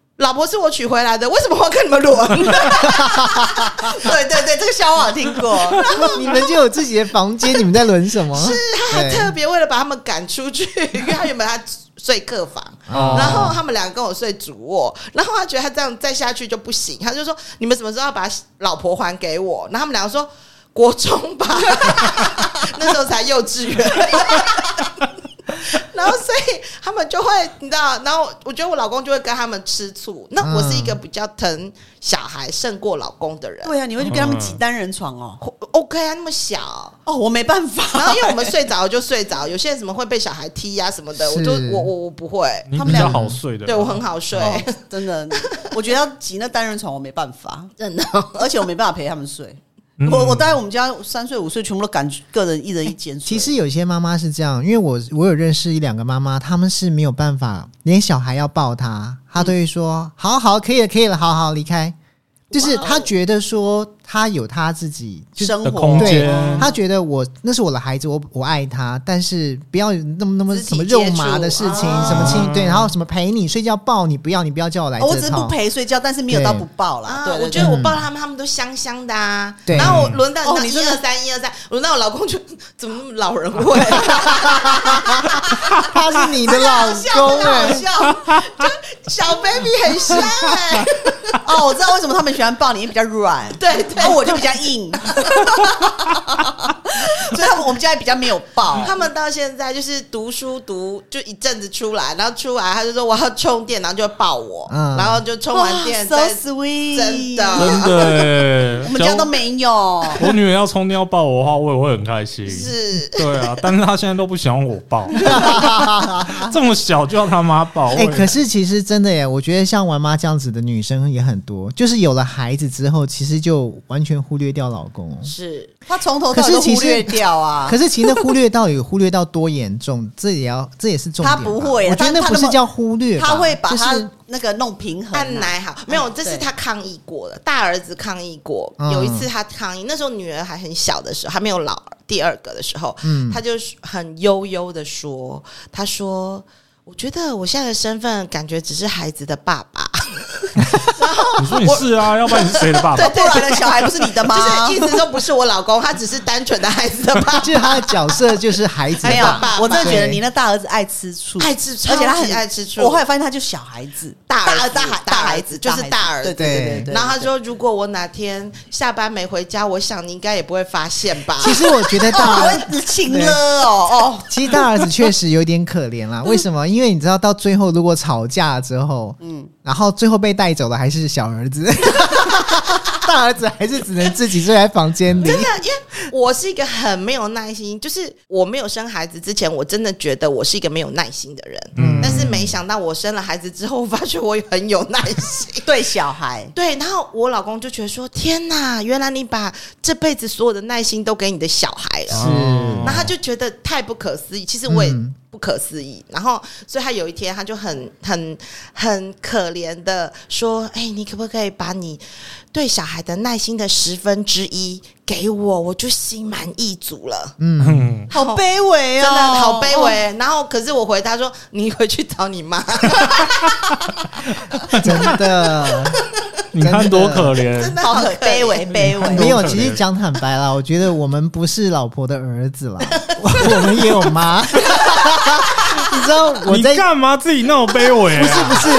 <laughs> 老婆是我娶回来的，为什么我要跟你们轮？” <laughs>
对对对，这个笑话我听过。
你们就有自己的房间，你们在轮什么？是
他还特别为了把他们赶出去，因为他原本他睡客房，
哦
然后他们两个跟我睡主卧，然后他觉得他这样再下去就不行，他就说你们什么时候要把老婆还给我？然后他们两个说国中吧， <laughs> 那时候才幼稚园。 <laughs> 然后，所以他们就会，你知道，然后我觉得我老公就会跟他们吃醋。那我是一个比较疼小孩胜过老公的人、
对啊，你会去跟他们挤单人床哦？
o k 啊，那么小，
哦，我没办法。
<laughs> 然后因为我们睡着就睡着，有些人什么会被小孩踢呀、什么的，我就是我我我不会，
你
他
比
们
较
俩
好睡的，
对我很好睡，
哦 <laughs> 真的，我觉得要挤那单人床我没办法，
<laughs>
<laughs>
真的。
而且我没办法陪他们睡。
嗯
我我大概我们家三岁五岁全部都赶个人一人一间睡。
其实有些妈妈是这样，因为我我有认识一两个妈妈，她们是没有办法，连小孩要抱她，她都会说：“好好，可以了，可以了，好好离开。”就是
哇哦
她觉得说，她有她自己，就是
生
的
活
空
对
间，
她觉得我那是我的孩子，我我爱他，但是不要有那么那么
肢体
什么肉
接触
麻的事情，
啊
什么亲对，然后什么陪你睡觉抱你，不要你不要叫我来
哦我
这
只是
套。
<laughs>
不陪睡觉，但是没有到不抱啦。
啊，
对，
我觉得我抱他们，他们都香香的啊。
对
然后我轮到
哦
你
你
一
真
二
的
三一二三，轮到我老公就怎么那么老人味，
他是你的老公
真的好
哎、
笑，
欸
就小 baby 很香
<laughs>
哎、
得哦，我知道为什么他们喜欢抱你，因为比较软。哦
对对，
然后我就比较硬， <laughs> 所以他们我们家也比较没有抱。
他们到现在就是读书读就一阵子出来，然后出来他就说我要充电，然后就会抱我，
嗯
然后就充完电
哇
再
so sweet，
真的
真的耶。
我们家都没有。
假如我女儿要冲尿抱我的话，我也会很开心。
是。
对啊，但是她现在都不想我
<laughs>
抱，这么小就要她妈抱。
哎、
我也
可是其实真的耶，我觉得像玩妈这样子的女生也很多，就是有了孩子之后，其实就完全忽略掉老公哦。
是
他从头到尾都忽略掉啊。
可是其实忽略到底忽略到多严重，这也要这也是重点吧。
他不会
我觉得
他
那
他
不是
那么
叫忽略吧，
他会把
就
他
是
那个弄平衡、
按
啊。
奶好，没有，
嗯
这是
对
他抗议过的。大儿子抗议过，
嗯
有一次他抗议，那时候女儿还很小的时候，还没有老第二个的时候，
嗯
他就很悠悠的说：“他说，我觉得我现在的身份感觉只是孩子的爸爸，
<laughs>
你说你是啊，要不然你是谁的爸爸？
不然的小孩不是你的吗？
就是一直都不是我老公，他只是单纯的孩子的
<laughs>
爸
就是他的角色就是孩子的
没有
爸爸，
爸，
我真的觉得
对
你那大儿子爱吃醋，
爱吃醋
而且他很
超级爱吃醋
我后来发现他就小孩子，
大儿子
大孩
大
孩
孩子就是大儿子
对对对对对。
然后他说：“如果我哪天下班没回家，我想你应该也不会发现
<laughs>
吧。”
其实我觉得大
我
儿
一直亲了哦哦，
其实大儿子确实有点可怜
嗯
啦。为什么？因为你知道，到最后如果吵架之后，嗯，然后最后被带走的还是小儿子， <laughs> 大儿子还是只能自己睡在房间里
真。的，因为我是一个很没有耐心，就是我没有生孩子之前，我真的觉得我是一个没有耐心的人。
嗯
但是没想到我生了孩子之后，我发觉我很有耐心。
对小孩，
对，然后我老公就觉得说：“天哪，原来你把这辈子所有的耐心都给你的小孩了。”
哦
然后他就觉得太不可思议，其实我也
嗯
不可思议。然后，所以他有一天他就很很很可怜的说：“哎、你可不可以把你对小孩的耐心的十分之一给我，我就心满意足了。”
嗯，
嗯，
好卑微
真
哦，
的好卑微，然后可是我回他说：“你回去找你妈。
<laughs>
真的。
你看多可怜，
真的
好
好
可嗯
可
卑微卑微。
没有，
可
其实
怜
讲坦白啦，我觉得我们不是老婆的儿子啦，
<laughs>
我我们也有妈。 <laughs> 你知道我
你
在
干嘛自己那么卑微啊？
不是，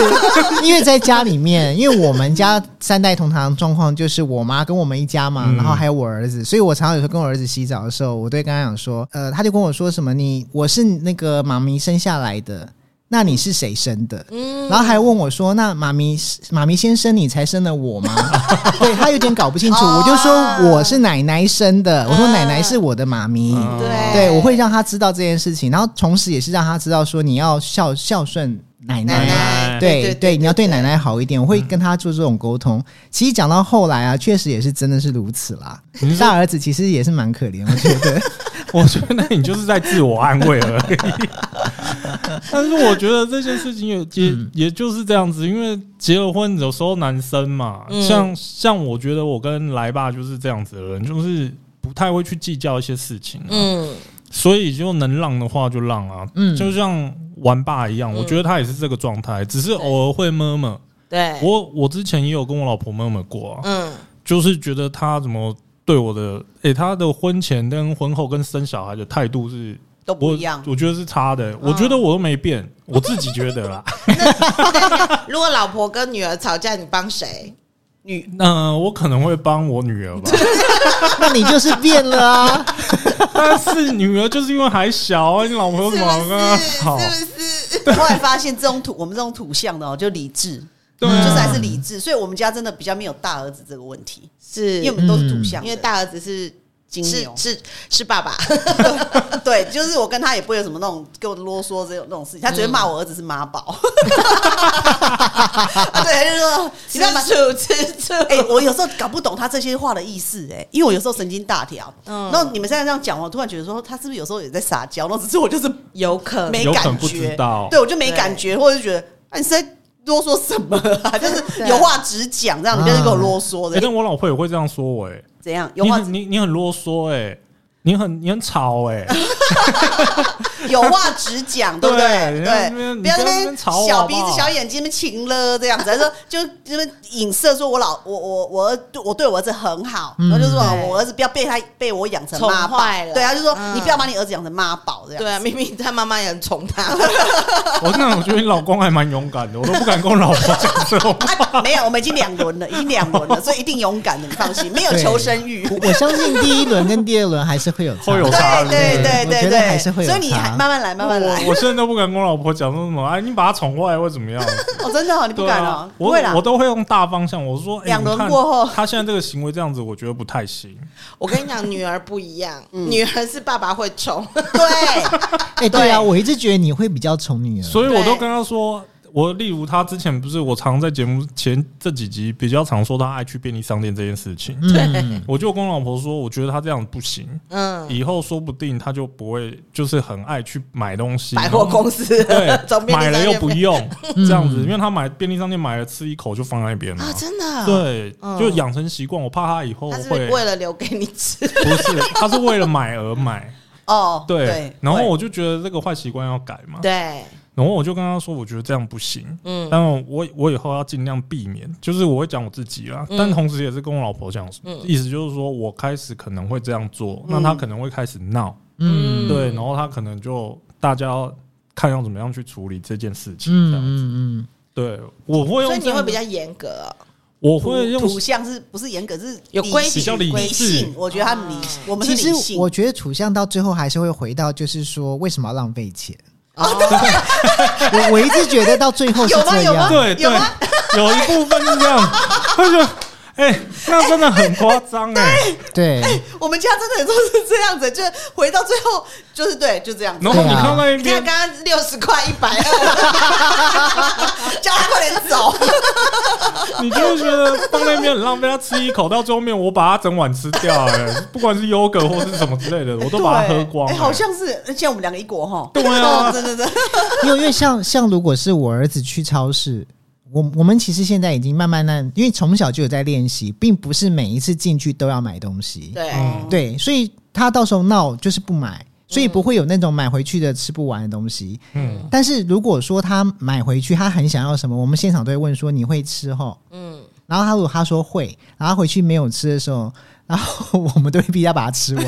因为在家里面，因为我们家三代同堂状况就是我妈跟我们一家嘛，
嗯
然后还有我儿子，所以我常常有时候跟我儿子洗澡的时候，我都会跟他讲说，呃，他就跟我说什么，你我是那个妈咪生下来的。那你是谁生的？然后还问我说：“那妈咪是，妈咪先生你才生了我吗？” <laughs> 对他有点搞不清楚，我就说我是奶奶生的，我说奶奶是我的妈咪。
嗯
对
对，我会让他知道这件事情，然后同时也是让他知道说你要孝孝顺奶奶。
奶
奶
对
对
你要对奶奶好一点，我
嗯
会跟他做这种沟通。其实讲到后来啊，确实也是真的是如此啦
你是。说
大儿子其实也是蛮可怜，我觉得
<laughs> 我觉得你就是在自我安慰而已。 <laughs> 但是我觉得这件事情也也、也就是这样子，因为结了婚有时候男生嘛，
嗯
像像我觉得我跟来爸就是这样子的人，就是不太会去计较一些事情、”啊，
嗯，
所以就能让的话就让啊，
嗯
就像玩爸一样，我觉得他也是这个状态，只是偶尔会摸摸。
哎
对，
我我之前也有跟我老婆摸摸过啊，
嗯
就是觉得他怎么对我的，诶、他的婚前跟婚后跟生小孩的态度是
都
我
不一样。嗯
我觉得是差的。我觉得我都没变，我自己觉
<laughs>
得啦。
如果老婆跟女儿吵架，你帮谁？
女
那呃我可能会帮我女儿吧，
那你就是变了啊。
<laughs> 但是女儿就是因为还小啊，你老婆有什么好跟她好？
是不是？
<laughs> 后来发现这种土，我们这种土象的哦，就理智，
对
就是
啊，
还是理智。所以我们家真的比较没有大儿子这个问题，
是
因为我们都是土嗯象的，
因为大儿子是
金
是
牛，
是是爸 <laughs> 爸，
<laughs> 对，就是我跟他也不会有什么那种给我啰嗦这种那种事情，他只会骂我儿子是妈宝。对，他就说你
吃
知道吗？
醋吃醋。
<laughs> 哎、我有时候搞不懂他这些话的意思、哎，因为我有时候神经大条。
嗯
然后你们现在这样讲，我突然觉得说他是不是有时候也在撒娇？然后只是我就是
有可能
没
有可
感
能不
觉，
知道
对我就没感觉，或者就觉得啊你是在啰嗦什么 <laughs> 啊？就是有话直讲，这样你不要再给我啰嗦
诶
的，
但我老婆也会这样说我，哎，
怎样？有
啊你
话
很你你很啰嗦，哎，你很你很吵，
<laughs>
哎，
有话直讲，对不
对
对？
你不要那边你不要那
对，不要那
边
边
吵我
小
好不
鼻
好
子小眼睛，那边情了这样子，还说就那边影射说我老我我我儿我对我儿子很好，
嗯
然后就说啊
对
我儿子不要被他被我养成妈宝
宠坏了
对，他就说
嗯
你不要把你儿子养成妈宝这样。
对啊，明明他妈妈也很宠 <laughs> 他，
我那我觉得你老公还蛮勇敢的，我都不敢跟我老婆讲这种话。
啊，没有，我们已经两轮了，已经两轮了，所以一定勇敢的，你放心，没有
对
求生欲。
我我相信第一轮跟第二轮还是会有差
会有差
<laughs> 对对对
我
对
觉得
对，
还是会有
所以你
差
还慢慢来，慢慢来。
我我现在都不敢跟我老婆讲说什么，哎，你把她宠坏或怎么样？
哦，真的哦，你 <laughs> 不
对
敢
啊
哦，，不
我
会啦
我。都会用大方向。我说，哎
两轮
你看
过后
他现在这个行为这样子，我觉得不太行。
我跟你讲，女儿不一样，女儿是爸爸会宠，
对，
哎、对啊，
嗯对
我一直觉得你会比较宠女儿，
所以我都跟他说，我例如他之前不是我常在节目前这几集比较常说他爱去便利商店这件事情，
嗯，
我就跟我老婆说，我觉得他这样不行，
<laughs> 嗯，
以后说不定他就不会就是很爱去买东西，
百货公司
对
<laughs> 总，便利
买了
商
又
店
不
费 <laughs>
用这样子，因为他买便利商店买了吃一口就放在那边了
啊，。真的，，
对，
嗯
就养成习惯，我怕他以后
他是
会
为了留给你吃，
不是，他是为了买而买，
哦，
对。然后
对
我就觉得这个坏习惯要改嘛，
<laughs> 对，
然后我就跟他说，我觉得这样不行，
嗯
但我我以后要尽量避免，就是我会讲我自己啦，
嗯
但同时也是跟我老婆讲
嗯，
意思就是说我开始可能会这样做，那他可能会开始闹，
嗯
对，然后他可能就大家要看要怎么样去处理这件事
嗯
情，这样，
嗯嗯
对，我会用
所以
这
你
样
会
的，
比较严格哦，
我
土
会用
土象是不是严格是
有
理
规矩啊
比较理
理
智
性？我觉得他们理，我
嗯，
们
其
是
实
理性。
我觉得处向到最后还是会回到，就是说为什么要浪费钱？
哦，
我我一直觉得到最后是
有吗
这
有吗
样，
对对，有一部分是这样，他就哎、哎、那真的很夸张哎。
对，
我们家真的都是这样子，就是 <laughs> 回到最后就是对，就这样子。
然后你看那一
你
边，
看刚刚六十块一百二， <laughs>
叫他快点走，
你就会觉得放那边很浪费，他吃一口到最后面，我把它整碗吃掉哎、 <laughs> 不管是优格或是什么之类的，我都把它喝光、
哎、
哎
好像是现在我们两个一国哈。
对啊
<laughs> 哦，对对对，
嗯
因为因为像像如果是我儿子去超市，我我们其实现在已经慢慢慢，因为从小就有在练习，并不是每一次进去都要买东西。
对，
嗯
对，所以他到时候闹就是不买，所以不会有那种买回去的吃不完的东西。
嗯，
但是如果说他买回去，他很想要什么，我们现场都会问说你会吃吼？
嗯，
然后他如果他说会，然后回去没有吃的时候，然后我们都会逼他把它
<laughs>
吃完。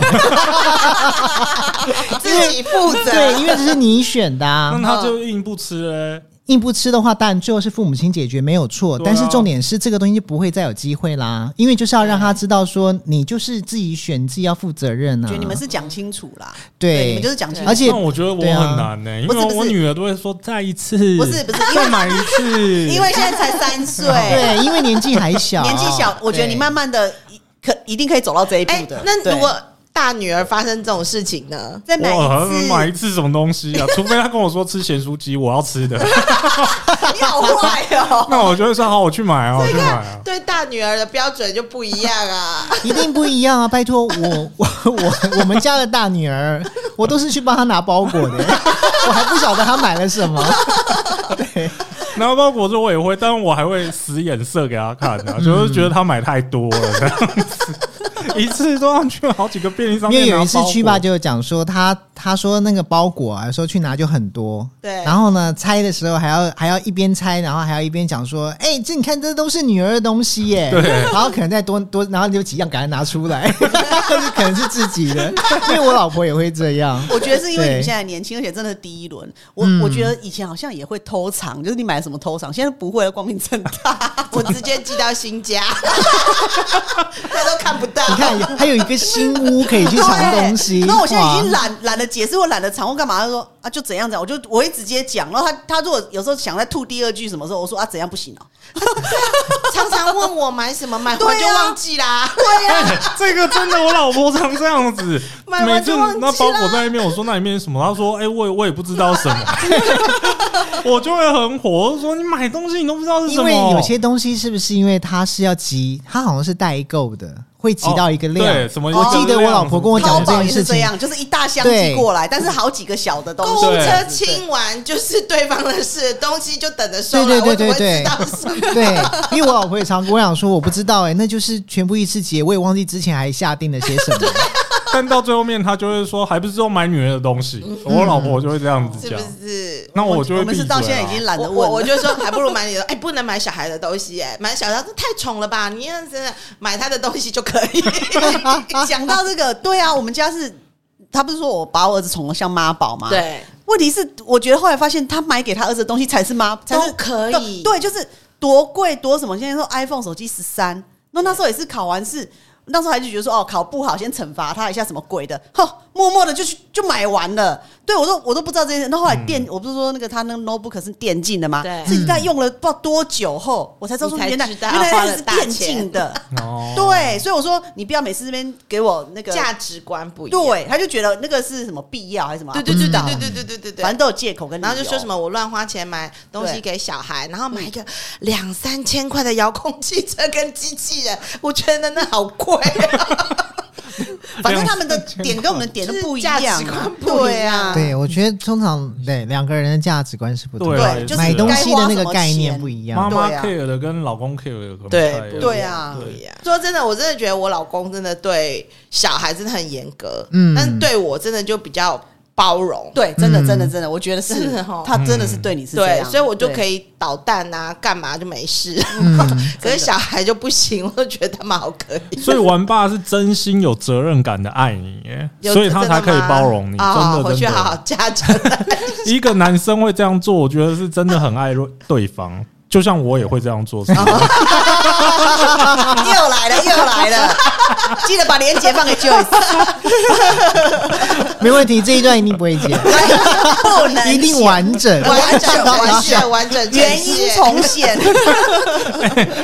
自己负责。
对，因为这是你选的、
那
嗯
啊，
他就硬不吃哎嘞、
硬不吃的话，当然最后是父母亲解决没有错，
对啊
但是重点是这个东西就不会再有机会啦，因为就是要让他知道说你就是自己选，自己要负责任啊。
觉得你们是讲清楚啦，
对，
你们就是讲清楚
而。且
那我觉得我
对啊
很难哎呢、因
不是不
为
是
我女儿都会说再一次，
不是不是
再买一次，
<laughs> 因为现在才三岁，
对，因为年纪还
啊
小，
<laughs> 年纪小，我觉得你慢慢的可一定可以走到这一
哎
步的。，
那
对
如果大女儿发生这种事情呢？
<laughs> 再买
我
一次， <laughs>
买一次什么东西啊？除非他跟我说吃咸酥鸡，我要吃的，
你好坏哦！
<laughs> 那我就会说好，我去买啊，我去买啊。
对大女儿的标准就不一样啊。 <laughs>
一定不一样啊！拜托我我我我们家的大女儿，我都是去帮她拿包裹的，我还不晓得她买了什么。
然后包裹子我也会，但我还会使眼色给他看
嗯
啊，就是觉得他买太多了这样子， <laughs> 一次都要去好几个便利商
因
店
为
拿包裹。
有一次去吧，就有讲说她她说那个包裹啊，说去拿就很多，
对
然后呢，拆的时候还要还要一边拆，然后还要一边讲说，哎、这你看这都是女儿的东西耶。
对
然后可能再多多，然后有几样赶快拿出来， <laughs> 就是可能是自己的，因为我老婆也会这样。
我觉得是因为你
对
们现在年轻，而且真的是第一轮。我
嗯
我觉得以前好像也会偷藏，就是你买什么偷藏，现在不会了，光明正大。 <laughs>
我直接寄到新 <laughs> 家，他都看不到。
你看，还有一个新屋可以去藏东西。
那我现在已经
哇
懒懒得解释，我懒得藏，我干嘛？他说啊，就怎样怎样，我就我会直接讲。然后他他如果有时候想再吐第二句什么时候，我说啊怎样不行哦、
常常问我买什么，买
对啊
完就忘记啦。
哎这个真的，我老婆常这样子，
啊 <laughs> 买
每
完
次
就忘记
那包裹在那边，我说那里面是什么，她说哎、我也我也不知道什
<laughs>
么， <laughs> 我就会很火，我就说你买东西你都不知道是什
因
么，
为有些东西是不是因为它是要集，它好像是代购的，会集到一个量。
哦对什么一个
我记得我
量
老婆跟我
什么
讲过这
淘宝
件
也是
事
这
情。
样，就是一大箱
对
寄过来，但是好几个小的东
购
西。
物
对
车清完就是对方的事，东西就等着收
对
了。
对对
我怎么
对
知道是什么？
对，因为我老婆也常跟我讲说，我不知道哎、那就是全部一次结，我也忘记之前还下定了些什么。
但到最后面，他就会说，还不是都买女人的东西。我老婆就会这样子
是不
讲，
是？
那就会
我们
闭嘴
是
啊。
到现在已经懒
我
得
我
问
我
了。
就说还不如买你的，哎，不能买小孩的东西，哎，买小孩这太宠了吧？你要是买他的东西就可 <laughs> 以。
啊讲到这个，对啊，我们家是，他不是说我把我儿子宠得像妈宝吗？。
对，
问题是，我觉得后来发现，他买给他儿子的东西才是妈，才是
都可以
对，就是多贵多什么。现在说 iPhone 手机十三，那那时候也是考完试，那时候还就觉得说，哦，考不好先惩罚他一下什么鬼的，哼，默默的就去就买完了。对我都我都不知道这些。那后来电，我不是说那个他那个 notebook 是电竞的吗？
嗯对
自己在用了不知道多久后，我才知道说
你才
原来
知
原
道
来
花
那
了
个是
大
电
钱
竞的。
哦，
对，所以我说你不要每次这边给我那个
价值观不一样。
对，他就觉得那个是什么必要还是什么啊，
对对
不
对
知道
对对对对对对，
反正都有借口跟理由，
然后就说什么我乱花钱买东西
对嗯
给小孩，然后买一个两三千块的遥控汽车跟机器人，我觉得那好贵、
<laughs>
啊
反正他们的点跟我们的点都不一样啊
价，值观不一
对
样
啊，
对，我觉得通常对两个人的价值观是不同
对啊
的，
对，就是
买
也是
东
该
西
花
的
什
那
么
个概念
钱
不一样。
妈妈
对啊
care 的跟老公 care 的可能不太一样
<laughs> 对啊
不一
对
样。说真的，我真的觉得我老公真的对小孩真的很严格，
嗯
但是对我真的就比较包容。
对，真的
嗯
真的真的，我觉得是
真的齁，
他真的是对你是这
对，
样，
所以我就可
以
以捣蛋啊，干嘛就没事。 <laughs>
嗯，
可是小孩就不行，我就觉得他们好可以。
所以玩爸是真心有责任感的爱你耶，
有
所以他才可以包容你。
真的吗哦
真的，
回去
真
好好
的，
家 <laughs> 长。
一个男生会这样做，我觉得是真的很爱对方。
<laughs>
就像我也会这样做，是吗
又来了又来了，记得把链接放
<laughs>
给 Joyce，
没问题，这一段一定不会剪，
不能
一定完整。
完整完
完
整
整
完整
原因重 <laughs> 现。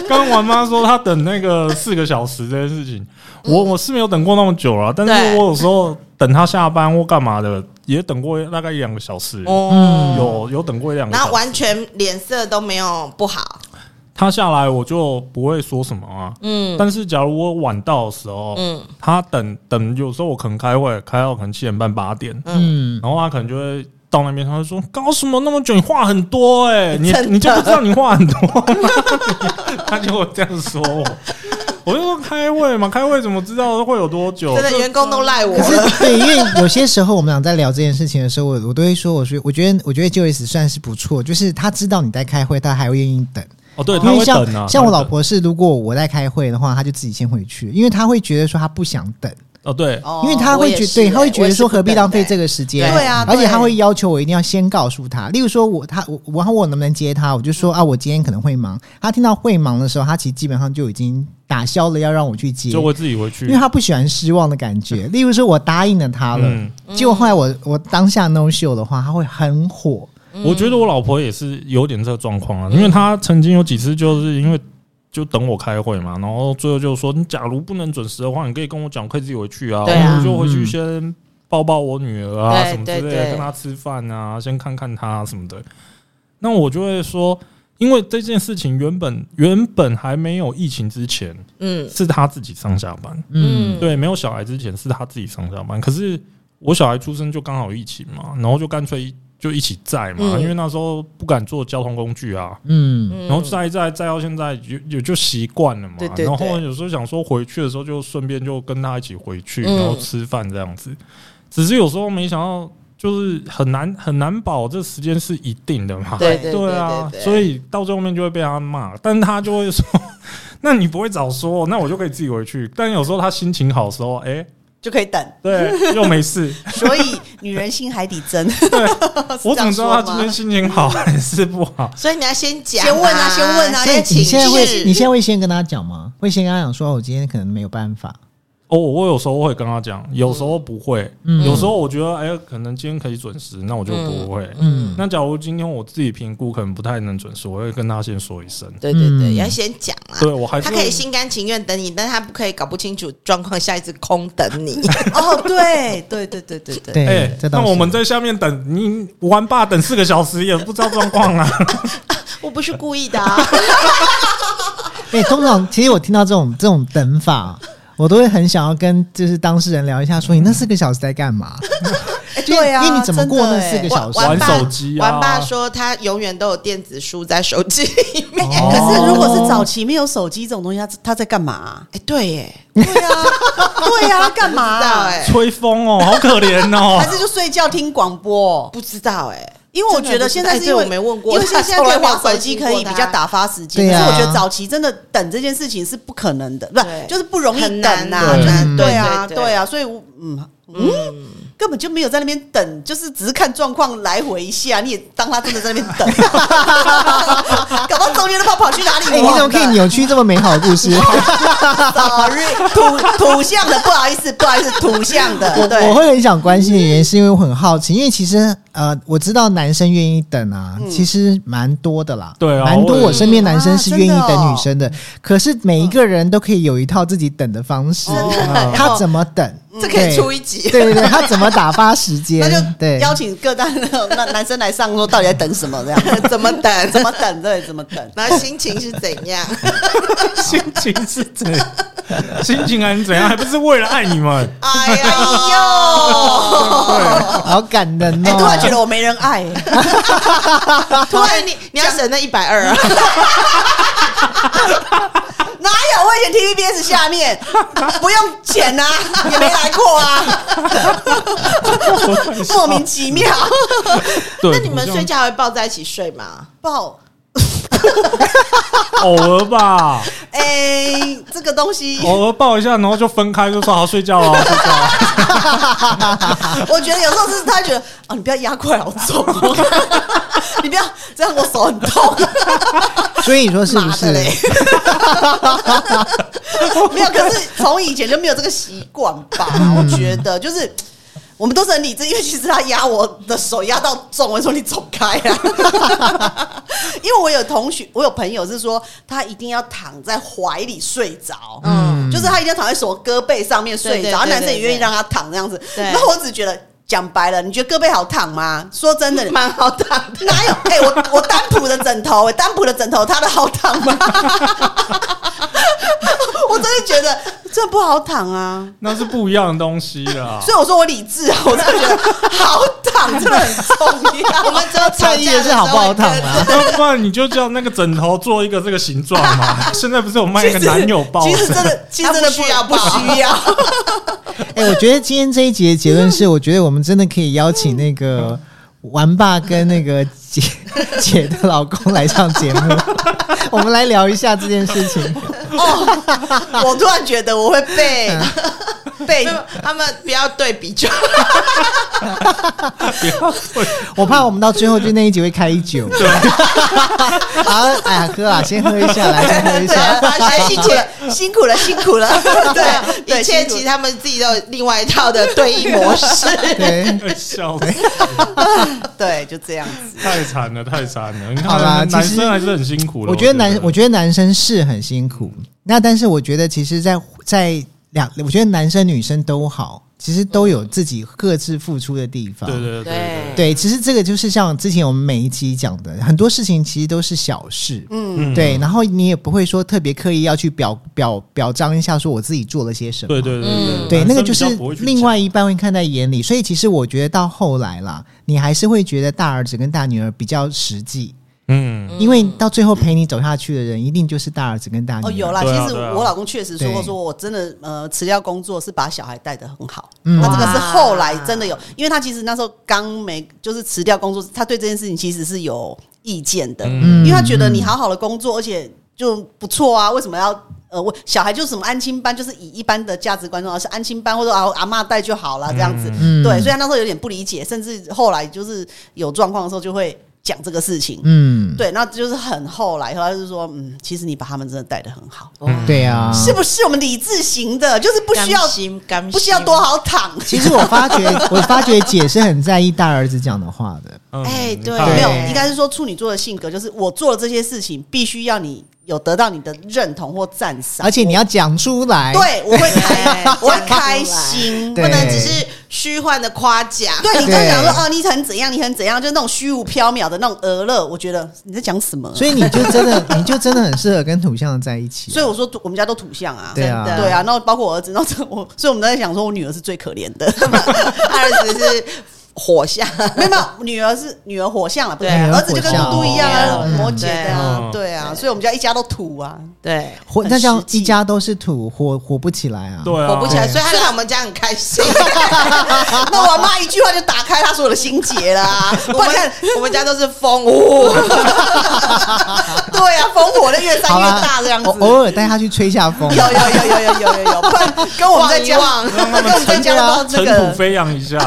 刚刚王妈说她等那个四个小时这件事情，我我是没有等过那么久了，但是
嗯对
我有时候等她下班或干嘛的，也等过大概一两个小时，
哦，
有有等过一两个
然后
小时。
完全脸色都没有不好，
她下来我就不会说什么啊，
嗯
但是假如我晚到的时候，
嗯
她等等，有时候我可能开会开到可能七点半八点，
嗯，
然后她可能就会。到那边，她就说：“搞什么那么久？你话很多哎、
<laughs>
你
真的
你就不知道你话很多 <laughs> 吗？”她就会这样说我， <laughs> 我就说开会嘛，开会怎么知道会有多久？
真的
就
员工都赖我
可是
了，
对，因为有些时候我们俩在聊这件事情的时候，我我都会说，我说我觉得我觉得 Joyce 算是不错，就是他知道你在开会，他还会愿意等。
哦，对，
因
他
为
会
像、
等啊，
像我
她
老
会
婆是，如果我在开会的话，她就自己先回去，因为她会觉得说她不想等，
等哦，对，
哦
因为她会
我
觉
也是
对，
欸
她会觉
我
得
也是
说
不
何必
等
浪费
的欸
这个时间，
对啊
而且
对
她会要求我一定要先告诉她，例如说我她我我然后我能不能接她，我就说啊我今天可能会忙，她听到会忙的时候，她其实基本上就已经打消了要让我去接，
就会自己回
因为
去。
她不喜欢失望的感觉。例如说我答应了她了，
嗯
结果后来我我当下 no show 的话，她会很火，
嗯
我觉得我老婆也是有点这个状况啊，因为她曾经有几次就是因为就等我开会嘛，然后最后就说，你假如不能准时的话，你可以跟我讲，可以自己回去啊，
对啊
我就回去先抱抱我女儿啊，
对
什么之
对
类
对
的，跟她吃饭啊，先看看她、什么的。那我就会说，因为这件事情原本原本还没有疫情之前，
嗯
是她自己上下班，
嗯
嗯，
对，没有小孩之前是他自己上下班，可是我小孩出生就刚好疫情嘛，然后就干脆就一起载嘛，
嗯
因为那时候不敢坐交通工具啊，
嗯
然后载一载载到现在也也就习惯了嘛，
对对对
然后有时候想说回去的时候就顺便就跟他一起回去，
嗯
然后吃饭这样子，只是有时候没想到就是很难很难保这时间是一定的嘛，
对对
对啊，所
以
以到最后面就会被他骂，但他就会说：“ <laughs> 那你不会早说，那我就可以自己回去。”但有时候他心情好的时候，哎、
就可以等，
<laughs>
对，又没事。
所以女人心海底针，
我怎么知道他
这样说吗
今天心情好还是不好？
所以你要先讲，
先问啊先问啊
先
先
请
你现在
示
会你现在会先跟她讲吗？会先跟她讲说，哦我今天可能没有办法。
哦，我有时候会跟他讲，有时候不会，
嗯
有时候我觉得，哎、可能今天可以准时，那我就不会。
嗯
那假如今天我自己评估可能不太能准时，我会跟他先说一声。
对对对，
嗯
要先讲啊。
对我还是
他可以心甘情愿等你，但他不可以搞不清楚状况下一次空等
<laughs>
你。
<laughs> 哦，对对对对对对，
对，
哎、
这倒
那
是
我们在下面等你玩吧，等四个小时也不知道状况啊。
我不是故意的、啊，
哎、通常其实我听到这种这种等法，我都会很想要跟就是当事人聊一下说你那四个小时在干嘛？
<laughs> 哎
就是
对啊，
因为你怎么过那四个
真的哎
小时
玩
玩
爸
手机啊
玩爸说他永远都有电子书在手机里面。
哦
可是如果是早期没有手机这种东西，他他在干嘛啊？
哎，对耶，
对啊， <laughs> 对啊，干嘛
不知道
啊？
哎，
吹风哦，好可怜哦
还。是就睡觉听广播？
不知道哎，
因为我觉得现在是因为、
哎对我没问过
因为现在
<laughs>
现在
从
可
来
以
没有
玩手机，可以比较打发时间。
对啊
可是我觉得早期真的等这件事情是不可能的，不
对
是就是不容易
很难
等呐、
啊
就是
很难
对啊，
对对对
对啊，所以我嗯嗯。根本就没有在那边等，就是只是看状况来回一下。你也当他真的在那边等， <laughs> 搞到中间都不知道跑去哪里
哎、你
玩
怎么
了
可以扭曲这么美好的故
<laughs>
事？
？Sorry，土土象的，不好意思，不好意思，土象的，对，
我会很想关心的原因是因为我很好奇，因为其实呃，我知道男生愿意等啊，其实蛮多的啦，
对啊
蛮多
我也
我身边男生是愿意
嗯啊真的
等
哦
女生的，可是每一个人都可以有一套自己等的方式，
的
他怎么等？
这可以
对
出一集。
对对对，他怎么打发时间？
那就
对，
邀请各大男男生来上，说到底在等什么这样。
怎么等？
<laughs> 怎么等？对，怎么等？
然后心情是怎 <laughs> 样？
心情是怎样？ <laughs> 心情还是怎样？还不是为了爱你们？
哎呦！
对，
好感人哦！
<laughs> 哎、突然觉得我没人爱、哎
突然你你要省那一百二 <laughs> 啊！
<laughs> 哪有？我以前 TVBS 下 <laughs> 面不用钱啊，也没来过 <laughs> 啊，莫名其妙
对
那你们
我
睡
这样
觉会抱在一起睡吗？
爆。
偶尔吧，
哎、这个东西，
偶尔抱一下，然后就分开，就说好睡觉了，睡觉了。
<laughs> 我觉得有时候是他觉得啊，你不要压过来，好重哦、你不要这样，我手很痛。
所以你说是不
妈的
是？
嘞
<laughs> 没有，可是从以前就没有这个习惯吧？我觉得就是。我们都是很理智，因为其实他压我的手压到重，我就说你走开啊！ <laughs> 因为我有同学，我有朋友是说他一定要躺在怀里睡着，嗯，就是他一定要躺在手胳背上面睡
对对
着，然后
对
男生也
对
愿意
对
让他躺这样子。
对
然后我只觉得讲白了，你觉得胳背好躺吗？说真的，
<laughs> 蛮好躺的。
哪有？哎、我我单普的枕头、哎，单普的枕头，它的好躺吗？ <laughs> 我真的觉得这不好躺啊，
那是不一样的东西啦。
所以我说我理智啊，我真的觉得好躺真的
<laughs>
很重
<laughs> 我
要。
们只有
<laughs>
吵
在意
架
的
的
是好不好躺
时候
啊？
要不然你就叫那个枕头做一个这个形状
<laughs>
嘛。现在不是有卖那个男友抱
其实
枕？
<laughs>
真的，其实真
他
的
不需要
不
抱啊
需要。
哎、我觉得今天这一集的结论
嗯
是，我觉得我们真的可以邀请那个玩爸跟那个
<laughs>
姐姐的老公来上节目，我们来聊一下这件事情。
哦，我突然觉得我会被
嗯
被
没有 <laughs> 他们不要对比就好。
<laughs> 不要对
我怕我们到最后就那一集会开酒。 <laughs> 好，哎呀，喝啊，先喝一下，
<laughs>
来，先喝一
对
<laughs> 下
啊，。发
哎
现辛苦了，辛苦了，辛苦
<laughs>
了。对，对
啊一切
辛苦
其实他们自己都有另外一套的对应模式。
对，
哎笑死，
对，就这样子。
太惨了，太惨了。你
好啦
看，男
其实
生还是很辛苦的。
我觉得男，我觉得男生是很辛苦。那但是我觉得，其实在，在两，我觉得男生女生都好，其实都有自己各自付出的地方。
对对对对
对，其实这个就是像之前我们每一期讲的，很多事情其实都是小事，嗯，
嗯
对。然后你也不会说特别刻意要去表表表彰一下，说我自己做了些什么，
对对对对
嗯
对，
男
那个
生
就
比
是
较不会去
另
讲
外一半会看在眼里，所以其实我觉得到后来啦，你还是会觉得大儿子跟大女儿比较实际，
嗯，
因为到最后陪你走下去的人，一定就是大儿子跟大女儿。
哦，有啦，
对啊
其实
对啊
我老公确实说过，
对
说我真的呃辞掉工作是把小孩带得很好。
嗯
那这个是
哇
后来真的有，因为他其实那时候刚没就是辞掉工作，他对这件事情其实是有意见的，
嗯
因为他觉得你好好的工作，而且就不错啊，为什么要？呃，我小孩就是什么安亲班，就是以一般的价值观中，而是安亲班或者啊阿妈带就好了这样子。
嗯
对，所以他那时候有点不理解，甚至后来就是有状况的时候就会讲这个事情。
嗯，
对，那就是很后来，后来就是说，嗯，其实你把他们真的带的很好，
对啊，
是不是？我们理智型的，就是不需要
嗯甘心，甘心
不需要多。好躺，
其实我发觉， <laughs> 我发觉姐是很在意大儿子讲的话的。
嗯
哎
你
对
看
没有
对，
应该是说处女座的性格就是我做了这些事情，必须要你有得到你的认同或赞赏，
而且你要讲出来。
对我会开，
对
我会开心。
对
不能只是虚幻的夸奖， <laughs>
对，你就
对
讲说哦，你很怎样，你很怎样，就是那种虚无缥缈的那种俄乐，我觉得你在讲什么啊？
所以你就真的，你 <laughs> 就真的很适合跟土象在一起啊、
所以我说土我们家都土象啊，
对啊
真的对啊，然后包括我儿子，然后我，所以我们都在想说我女儿是最可怜的，
儿子是火象，
没有没有，女儿是女儿火象了，不是
对
儿子就跟
火
嘟嘟一样
象
啊，
嗯
摩羯的啊，
对
对啊，
嗯
所以我们家一家都土啊，
对，
火
很
那这样
实际
一家都是土，火火不起来啊。
对啊，
火不起来，
对
所以他来我们家很开心。
那我妈一句话就打开她所有的心结啦、啊，不
我
然
们 <laughs>
看
我们家都是风屋，
对啊，烽火的越
好
散越
啦
大这样子
我，偶尔带他去吹下风
<laughs>
啊
有。有有有有有有有，不然跟我们在
望一
家，
望。
让他
跟我们在
们
家都这
尘
个
土飞扬一下。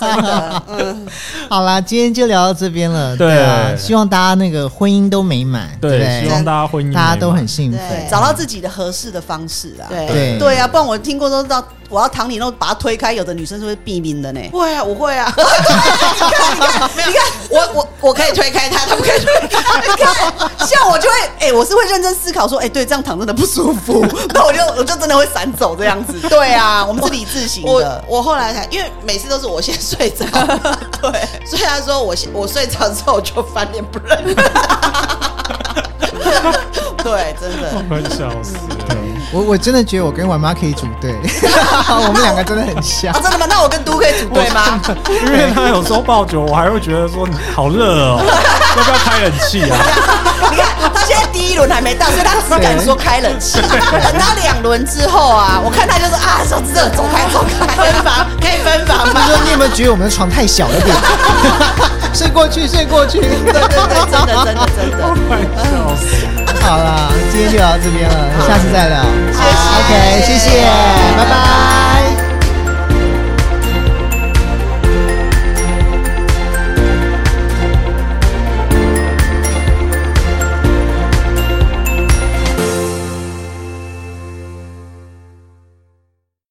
真的，嗯，
好啦，今天就聊到这边了。
对
啊，希望大家那个婚姻都美满，对不
对，希
对，
望大家婚姻
大家都
美满
很幸福。
对
找到自己的合适的方式啊，
对
对
对啊，不然我听过都知道，我要躺你，然后把它推开，有的女生是会避免的呢。
会啊，我会 <laughs> 啊。没有，我我我可以推开他，他不可以推开。
像我就会，哎、我是会认真思考说，哎、对，这样躺真的不舒服，那我就我就真的会闪走这样子。对啊，我们是理智型
我
的，
我后来才，因为每次都是我先睡着， <laughs> 对，所以他说我先我睡着之后我就翻脸不 <laughs> 认人。
对，真
<laughs>
的。
快笑死了。
我我真的觉得我跟婉妈可以组
<laughs>
队，我们两个真的很像
啊，。真的吗？那我跟都可以组队吗？
因为他有时候爆酒，我还会觉得说好热
<laughs>
哦，要不要开冷气啊？
你看他现在第一轮还没到，所以他只敢说开冷气。等到两轮之后啊，我看他就是啊，手指热，走开走开，分房可以分房
他说：“你有没有觉得我们的床太小了点？ <laughs> 睡过去，睡过去。”
对对对，真的真的真的。
快笑死！
<laughs> 好啦，今天就聊到这边了，下次再聊。
谢谢
OK，谢谢，拜拜。